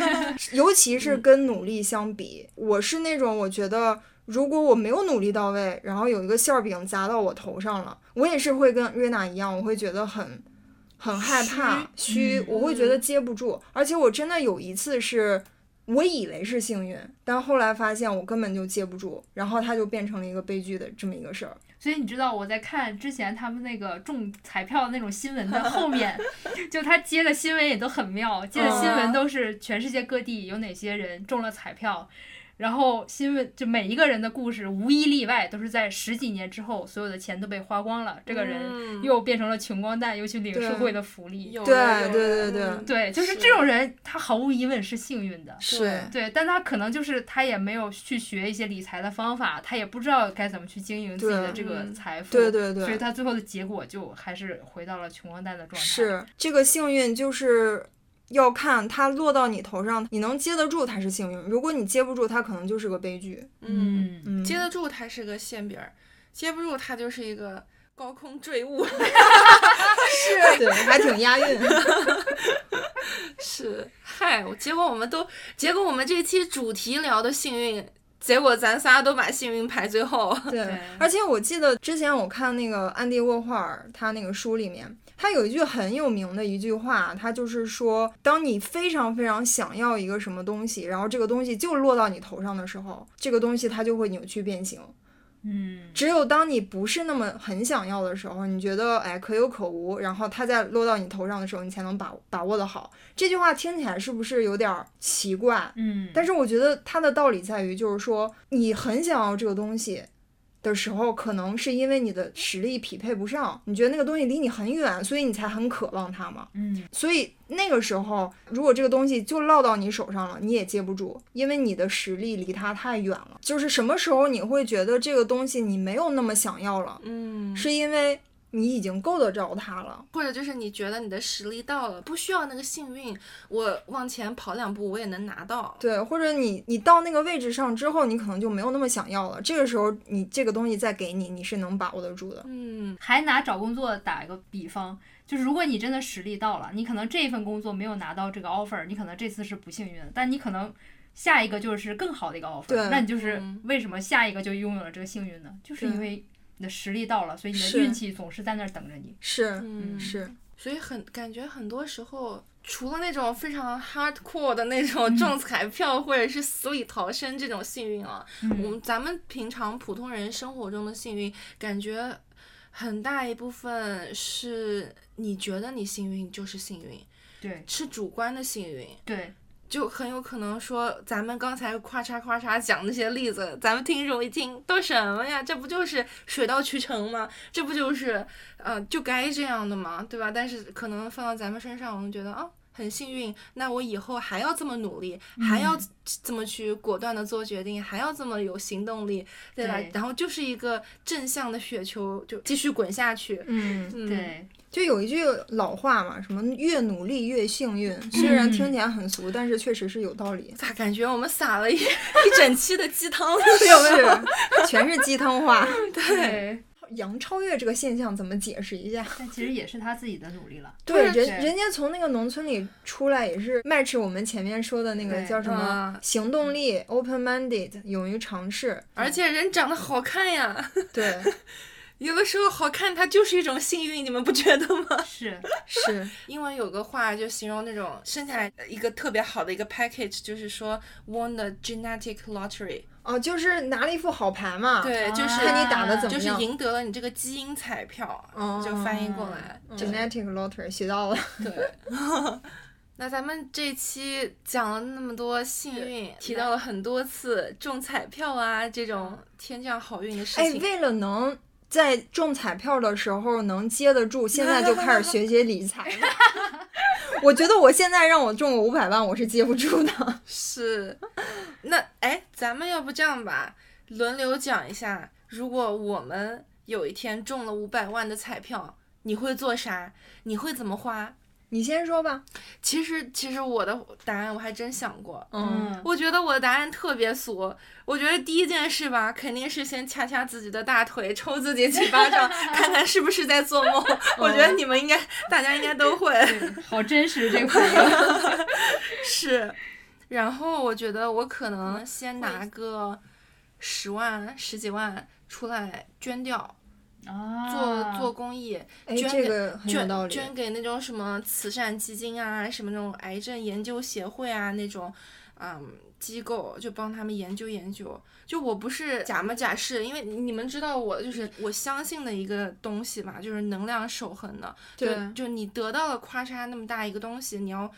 尤其是跟努力相比，我是那种我觉得。如果我没有努力到位，然后有一个馅儿饼砸到我头上了，我也是会跟瑞娜一样，我会觉得很很害怕、虚，
嗯
我会觉得接不住。而且我真的有一次是，我以为是幸运，但后来发现我根本就接不住，然后它就变成了一个悲剧的这么一个事儿。
所以你知道我在看之前他们那个中彩票那种新闻的后面， 就他接的新闻也都很妙，接的新
嗯
闻都是全世界各地有哪些人中了彩票，然后新闻就每一个人的故事无一例外都是在十几年之后，所有的钱都被花光了，这个人
嗯
又变成了穷光蛋，又去领社会的福利。
有
对
了有
对
了
对对
嗯
对，就是这种人，他毫无疑问是幸运的。
对
对，但他可能就是他也没有去学一些理财的方法，他也不知道该怎么去经营自己的
对
这个
嗯
财富，
对对对，
所以他最后的结果就还是回到了穷光蛋的状态。，
是这个幸运，就是要看它落到你头上，你能接得住它是幸运，如果你接不住，它可能就是个悲剧。
嗯，
嗯，
嗯，
接得住它是个馅饼儿，接不住它就是一个高空坠物。
是，对，还挺押韵。
是，嗨，我结果我们都，结果我们这期主题聊的幸运，结果咱仨都把幸运排最后。
对，而且我记得之前我看那个安迪沃霍尔他那个书里面，他有一句很有名的一句话，他就是说，当你非常非常想要一个什么东西，然后这个东西就落到你头上的时候，这个东西它就会扭曲变形。
嗯，
只有当你不是那么很想要的时候，你觉得哎可有可无，然后它再落到你头上的时候，你才能把把握的好。这句话听起来是不是有点儿奇怪？
嗯，
但是我觉得它的道理在于，就是说你很想要这个东西的时候，可能是因为你的实力匹配不上，你觉得那个东西离你很远，所以你才很渴望它嘛。
嗯
所以那个时候，如果这个东西就落到你手上了，你也接不住，因为你的实力离它太远了。就是什么时候你会觉得这个东西你没有那么想要了，
嗯，
是因为你已经够得着它了。
或者就是你觉得你的实力到了，不需要那个幸运，我往前跑两步我也能拿到。
对，或者你你到那个位置上之后，你可能就没有那么想要了。这个时候，你这个东西再给你，你是能把握得住的。
嗯，
还拿找工作打一个比方，就是如果你真的实力到了，你可能这一份工作没有拿到这个 offer，你可能这次是不幸运的，但你可能下一个就是更好的一个 offer，
对
那你就是
嗯
为什么下一个就拥有了这个幸运呢？就是
对
因为你的实力到了，所以你的
是
运气总是在那儿等着你。
是
嗯
是，
所以很感觉很多时候，除了那种非常 hardcore 的那种中彩票或者是死里逃生这种幸运啊，我
嗯
们咱们平常普通人生活中的幸运，感觉很大一部分是你觉得你幸运就是幸运，
对
是主观的幸运。
对，
就很有可能说，咱们刚才咔嚓咔嚓讲那些例子，咱们听众一听都什么呀？这不就是水到渠成吗？这不就是，呃，就该这样的吗？对吧？但是可能放到咱们身上，我们觉得啊、很幸运，那我以后还要这么努力，还要
嗯
这么去果断的做决定，还要这么有行动力，对吧？
对
然后就是一个正向的雪球，就继续滚下去。
嗯，
嗯，
对，
就有一句老话嘛，什么越努力越幸运。虽然听起来很俗，但是确实是有道理。
咋感觉我们撒了一 一整期的鸡汤？ 有没有？
是， 全是鸡汤话。
对，
杨超越这个现象怎么解释一下？
但其实也是他自己的努力了。
对，
对
人
对
人家从那个农村里出来，也是 match 我们前面说的那个
对
叫什么
嗯
行动力、open minded，勇于尝试。
而且人长得好看呀，
对，
有的时候好看它就是一种幸运，你们不觉得 吗？
是，
是，
英文有个话就形容那种生下来一个特别好的一个 package，就是说 won the genetic lottery，
哦，就是拿了一副好牌嘛。，
啊
对，就是
看你打得怎么
就是
样
赢得了你这个基因彩票，
哦
就翻译过来。
genetic lottery 学到了。
对。那咱们这期讲了那么多幸运，提到了很多次中彩票啊这种天降好运的事
哎，
情。
为了能。在中彩票的时候能接得住，现在就开始学习理财了。 我觉得我现在让我中个五百万，我是接不住的。
是，那哎，咱们要不这样吧，轮流讲一下，如果我们有一天中了五百万的彩票，你会做啥？你会怎么花？
你先说吧。
其实，其实我的答案我还真想过，
嗯，
我觉得我的答案特别俗。我觉得第一件事吧，肯定是先掐掐自己的大腿，抽自己几巴掌，看看是不是在做梦。我觉得你们应该，大家应该都会。
对，好真实这 个。
是，然后我觉得我可
嗯
能先拿个十万、十几万出来捐掉，
啊，
做做公益，
哎，
捐
这
给
个很有道
捐
理。
捐给那种什么慈善基金啊，什么那种癌症研究协会啊那种，嗯。机构就帮他们研究研究，就我不是假模假式，因为你们知道我
嗯
就是我相信的一个东西吧，就是能量守恒的，就就你得到了咔嚓那么大一个东西，你要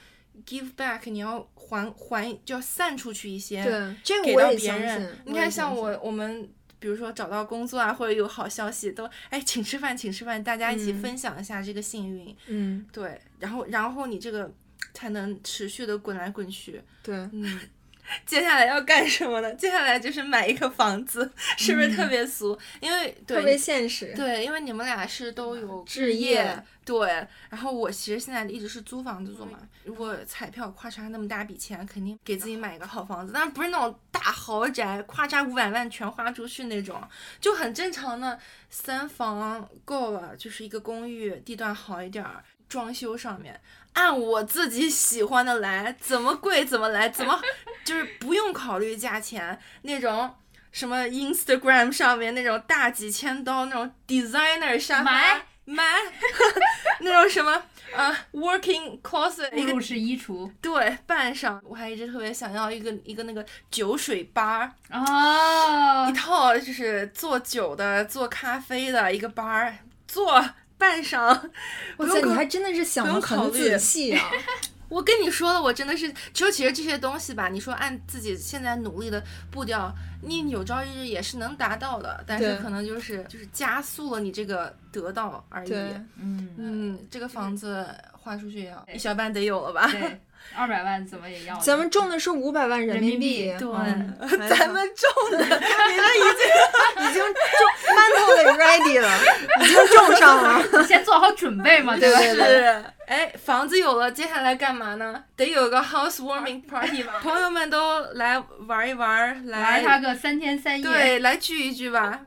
give back，你要还还就要散出去一些，，
对，这个
给
我
到
也
别
相信
人。。你看，像我我们。比如说找到工作啊，或者有好消息，都哎，请吃饭，请吃饭，大家一起
嗯
分享一下这个幸运，
嗯，
对，然后然后你这个才能持续的滚来滚去，
对，
嗯，接下来要干什么呢？接下来就是买一个房子，是不是特别俗？因为
嗯特
对，
别现实。
对，因为你们俩是都有
嗯置
业，
业
对。然后我其实现在一直是租房子住嘛，
嗯
如果彩票咔嚓那么大笔钱，肯定给自己买一个好房子，但不是那种大豪宅，咔嚓五百万全花出去那种，就很正常的三房够了，就是一个公寓，地段好一点儿。装修上面按我自己喜欢的来，怎么贵怎么来，怎么就是不用考虑价钱那种什么 Instagram 上面那种大几千刀那种 designer 沙发
买
买 那种什么啊、working closet 一个
入
嗯
式衣橱
对半上，我还一直特别想要一个一个那个酒水吧儿，
嗯
啊
一，套就是做酒的、做咖啡的一个吧儿，做半晌。
哇
不
塞，
用
你
考
还真的是想
不
的
用考
很
虑
仔细啊！
我跟你说了，我真的是，其实其实这些东西吧，你说按自己现在努力的步调，你有朝一日也是能达到的，但是
对
可能就是就是加速了你这个得到而已。
对，
嗯，
嗯，这个房子花出去也要一小半得有了吧？
对，二百万怎么也要的。
咱们中的是五百万人
人
币，
民币
对，
嗯
咱们中的，你们已经
已经中 mentally ready 了，已经中 上了。
你先做好准备嘛，对吧？
对对，
是，哎，房子有了，接下来干嘛呢？得有个 housewarming party 吧， 朋友们都来玩一玩，
来他个三天三夜，
对，来聚一聚吧。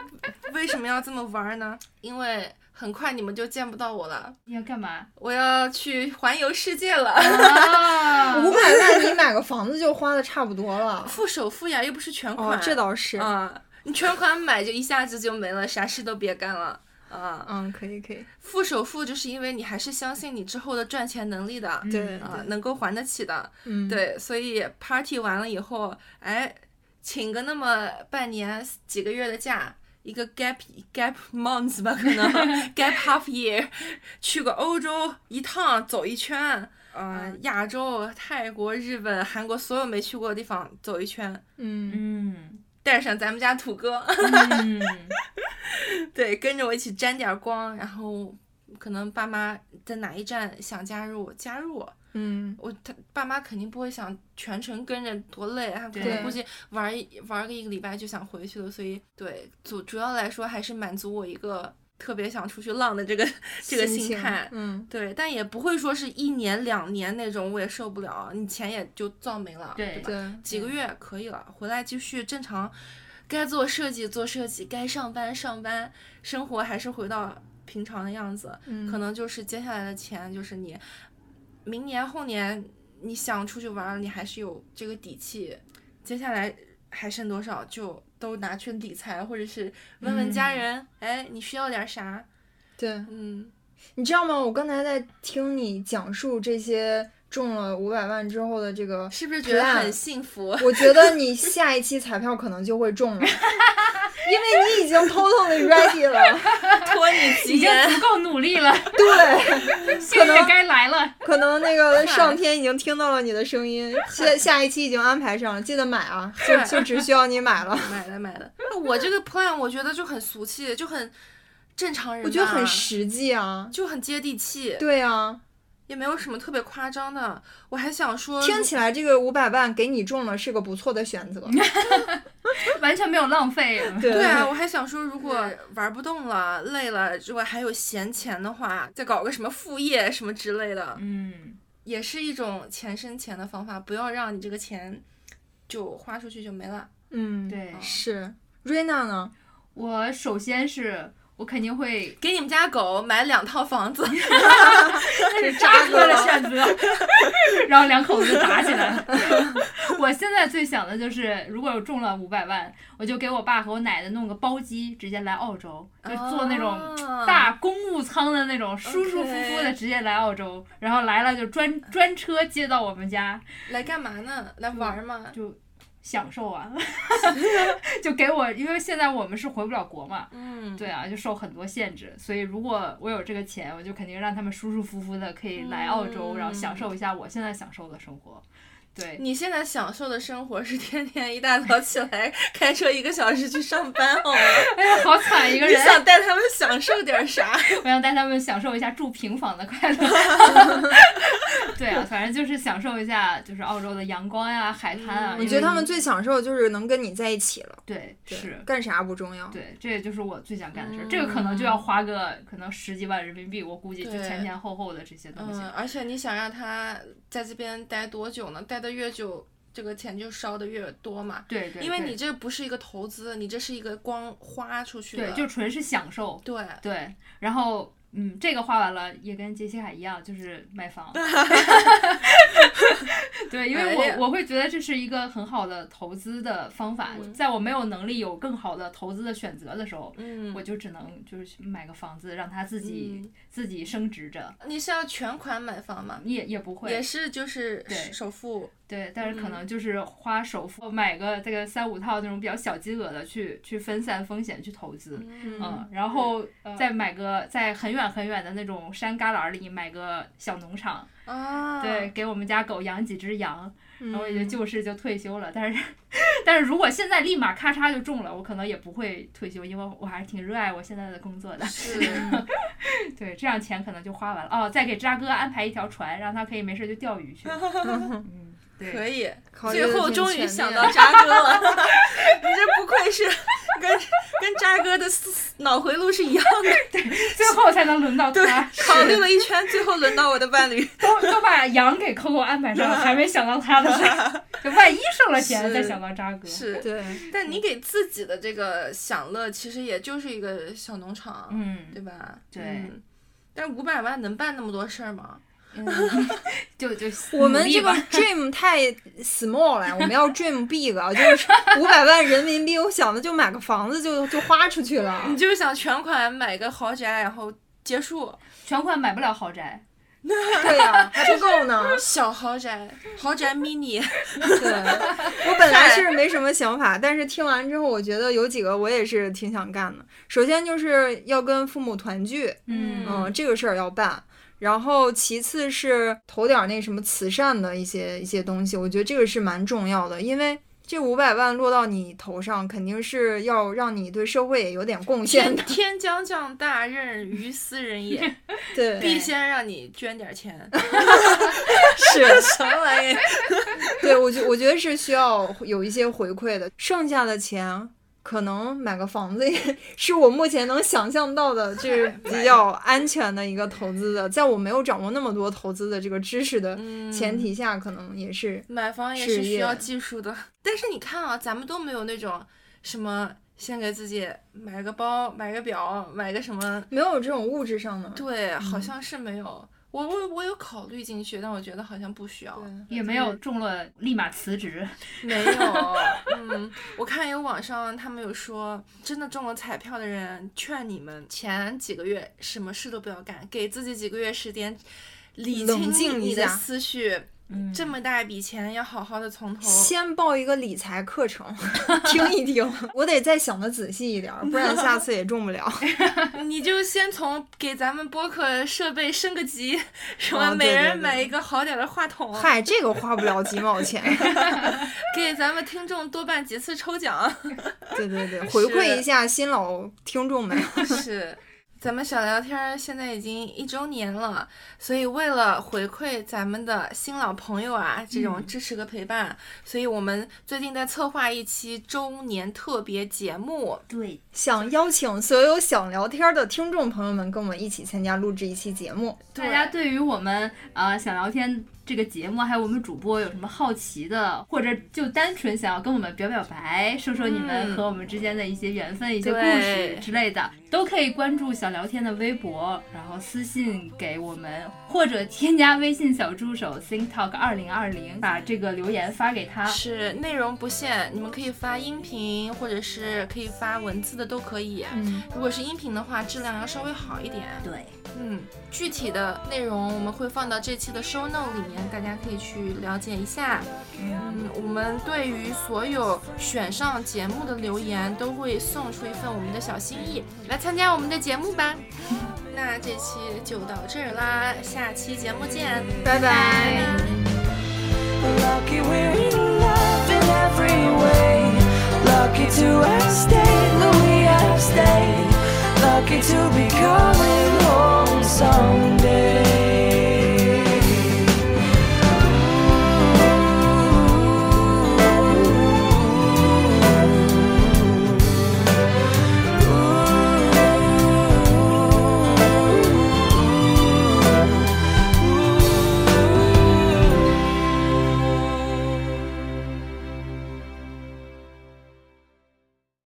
为什么要这么玩呢？因为很快你们就见不到我了，
你要干 嘛？
我要去环游世界了。
啊，
五百万你买个房子就花的差不多了。
付首付呀，又不是全款。
哦，这倒是。
啊，你全款买就一下子就没了，啥事都别干了。啊，
嗯，可以可以。
付首付就是因为你还是相信你之后的赚钱能力的，
嗯
对
啊，能够还得起的。
嗯，，
对，所以 party 完了以后，哎，请个那么半年几个月的假，一个 gap gap month 吧，可能 gap half year，去 个欧洲一趟走一圈，呃，亚洲、泰国、日本、韩国所有没去过的地方走一圈，
嗯，
嗯
带上咱们家土哥，
嗯，
对，跟着我一起沾点光，然后。可能爸妈在哪一站想加入，加入我，
嗯，
我他爸妈肯定不会想全程跟着多累，他可
对
能估计玩一玩个一个礼拜就想回去了，所以对主主要来说还是满足我一个特别想出去浪的这个 这个心
情
态。
嗯，
对，但也不会说是一年两年那种，我也受不了，啊你钱也就造没了，
对
吧？
对，
几个月可以了，回来继续正常，该做设计做设计，该上班上班，生活还是回到平常的样子。
嗯
可能就是接下来的钱，就是你明年后年你想出去玩儿，你还是有这个底气。接下来还剩多少就都拿去理财，或者是问问家
嗯
人，哎，你需要点啥？
对。
嗯，
你知道吗？我刚才在听你讲述这些中了五百万之后的这个，
是不是觉得
plan
很幸 福？
我觉得你下一期彩票可能就会中了，因为你已经 totally ready 了。
托你
已
吉
经
言，
足够努力了，
对，
幸运该来了。
可能那个上天已经听到了你的声音，下下一期已经安排上了，记得买啊，就就只需要你买了。
买了买了。那我这个 plan 我觉得就很俗气，就很正常人吧，
我觉得很实际啊，
就很接地气，
对啊，
也没有什么特别夸张的。我还想说，
听起来这个五百万给你中了是个不错的选择。
完全没有浪费。嗯
对啊，我还想说，如果玩不动了、累了，如果还有闲钱的话，再搞个什么副业什么之类的，
嗯，
也是一种钱生钱的方法。不要让你这个钱就花出去就没了。
嗯，，
对，
是。瑞娜呢？
我首先是我肯定 会，
给你们家狗买两套房 子，
那是渣哥的选择，然后两口子就打起来了。 我现在最想的就是，如果有中了五百万，我就给我爸和我奶奶弄个包机，直接来澳洲，就坐那种
啊
大公务舱的那种，舒舒服服的
OK
直接来澳洲，然后来了就专专车接到我们家，
来干嘛呢？来玩吗？
就享受啊， 就给我，因为现在我们是回不了国嘛，
嗯，
对啊，就受很多限制，所以如果我有这个钱，我就肯定让他们舒舒服服的可以来澳洲，然后
嗯
享受一下我现在享受的生活。 对，
你现在享受的生活是天天一大早起来 开车一个小时去上班， 好吗？
哎呀，好惨一个
你
人，
想带他们享受点啥？
我想带他们享受一下住平房的快乐。 对啊，反正就是享受一下，就是澳洲的阳光呀、海滩啊。
嗯
我
因
觉得
为
他们最享受就是能跟你在一起了，
对
对
是，
干啥不重要。
对，这也就是我最想干的事儿。这个可能就要花个可能十几万人民币，我估计就
嗯对
前前后后的这些东西
嗯，。而且你想让他在这边待多久呢？待的越久，这个钱就烧的越多嘛。
对对，
因为
对
你这不是一个投资，你这是一个光花出去的。
对就纯是享受。
对
对，然 后嗯，这个花完了也跟杰西卡一样，就是买房。对，因为
哎呀
我我会觉得这是一个很好的投资的方法，在我没有能力有更好的投资的选择的时候，
嗯
我就只能就是去买个房子，让它自己、
嗯
自己升值着，
你是要全款买房吗？
也也不
也
会
是嗯就是
对
首付，
对，但是可能就是花首付买个这个三五套那种比较小金额的去去分散风险去投资，
嗯
嗯，然后再买个在很远很远的那种山旮旯里买个小农场，
啊，
对，，给我们家狗养几只羊，然
嗯
后我也就旧事就退休了。但是， 但是如果现在立马咔嚓就中了，我可能也不会退休，因为我还是挺热爱我现在的工作的。
是，
对，这样钱可能就花完了。哦，再给渣哥安排一条船，让他可以没事就钓鱼 去。嗯，
可
对，
以。
考虑得
最后
挺
终于
全
想
面
到渣哥了， 你这不愧是跟跟渣哥的思脑回路是一样的。
最后才能轮到他。
考虑了一圈，最后轮到我的伴侣。
都都把羊给 Coco 安 排上了，还没想到他的事儿。就万一剩了钱，再
是
想到渣哥。
是，
对，
但你给自己的这个享乐，其实也就是一个小农场，
嗯，
对吧？
对
嗯但五百万能办那么多事儿吗？
嗯 就就
我们
努力
这个
吧
dream 太 small 了，我们要 dream big 啊，就是五百万人民币，我想的就买个房子就就花出去了。
你就是想全款买个豪宅，然后结束
全款买不了豪宅，
对呀、还不够呢。
小豪宅，豪宅 mini。
对，我本来是没什么想法，但是听完之后，我觉得有几个我也是挺想干的。首先就是要跟父母团聚，
嗯
嗯，这个事儿要办。然后其次是投点儿那什么慈善的一些一些东西，我觉得这个是蛮重要的，因为。这五百万落到你头上，肯定是要让你对社会也有点贡献
天
的。
天将降大任于斯人也，
对，
必先让你捐点 钱。
是，
什么玩 意？
对我觉我觉得是需要有一些回馈的，剩下的钱。可能买个房子也是我目前能想象到 的，就是比较安全的一个投资的。在我没有掌握那么多投资的这个知识的
嗯
前提下，可能也是
买房也
事
是需
业
要技术的。但是你看啊，咱们都没有那种什么先给自己买个包、买个表、买个什么，
没有这种物质上的。
对，
嗯
好像是没有。我我我有考虑进去，但我觉得好像不需要，
也没有中了立马辞职。
没有。嗯，我看有网上他们有说，真的中了彩票的人，劝你们前几个月什么事都不要干，给自己几个月时间。理
冷
清
静
你
一
的
下
思绪，
嗯，
这么大一笔钱要好好的从头。
先报一个理财课程，听一听。我得再想的仔细一点儿，不然下次也中不了。
你就先从给咱们播客设备升个级，什么
哦对
每人
对对
买一个好点儿的话筒，
嗨，这个花不了几毛钱。
给咱们听众多办几次抽奖。
对对对，回馈一下新老听众们。
是，咱们小聊天儿现在已经一周年了，所以为了回馈咱们的新老朋友啊，这种支持和陪伴，所以我们最近在策划一期周年特别节目。
对，
想邀请所有想聊天的听众朋友们跟我们一起参加录制一期节目。
大家对于我们呃想聊天这个节目，还有我们主播有什么好奇的，或者就单纯想要跟我们表表白，说说你们
嗯
和我们之间的一些缘分、一些故
对
事之类的，都可以关注小聊天的微博，然后私信给我们，或者添加微信小助手 Think Talk 二零二零，把这个留言发给他。
是啊内容不限，你们可以发音频，或者是可以发文字的都可以。
嗯，
如果是音频的话，质量要稍微好一点。
对，
嗯，具体的内容我们会放到这期的 show note 里面，大家可以去了解一下。
嗯，
嗯，我们对于所有选上节目的留言，都会送出一份我们的小心意，来参加我们的节目吧。 那这期就到这儿啦，下期节目见，
拜拜。
拜拜
Lucky we're in love in every way. Lucky to have stayed the way I've stayed. Lucky to be coming home someday.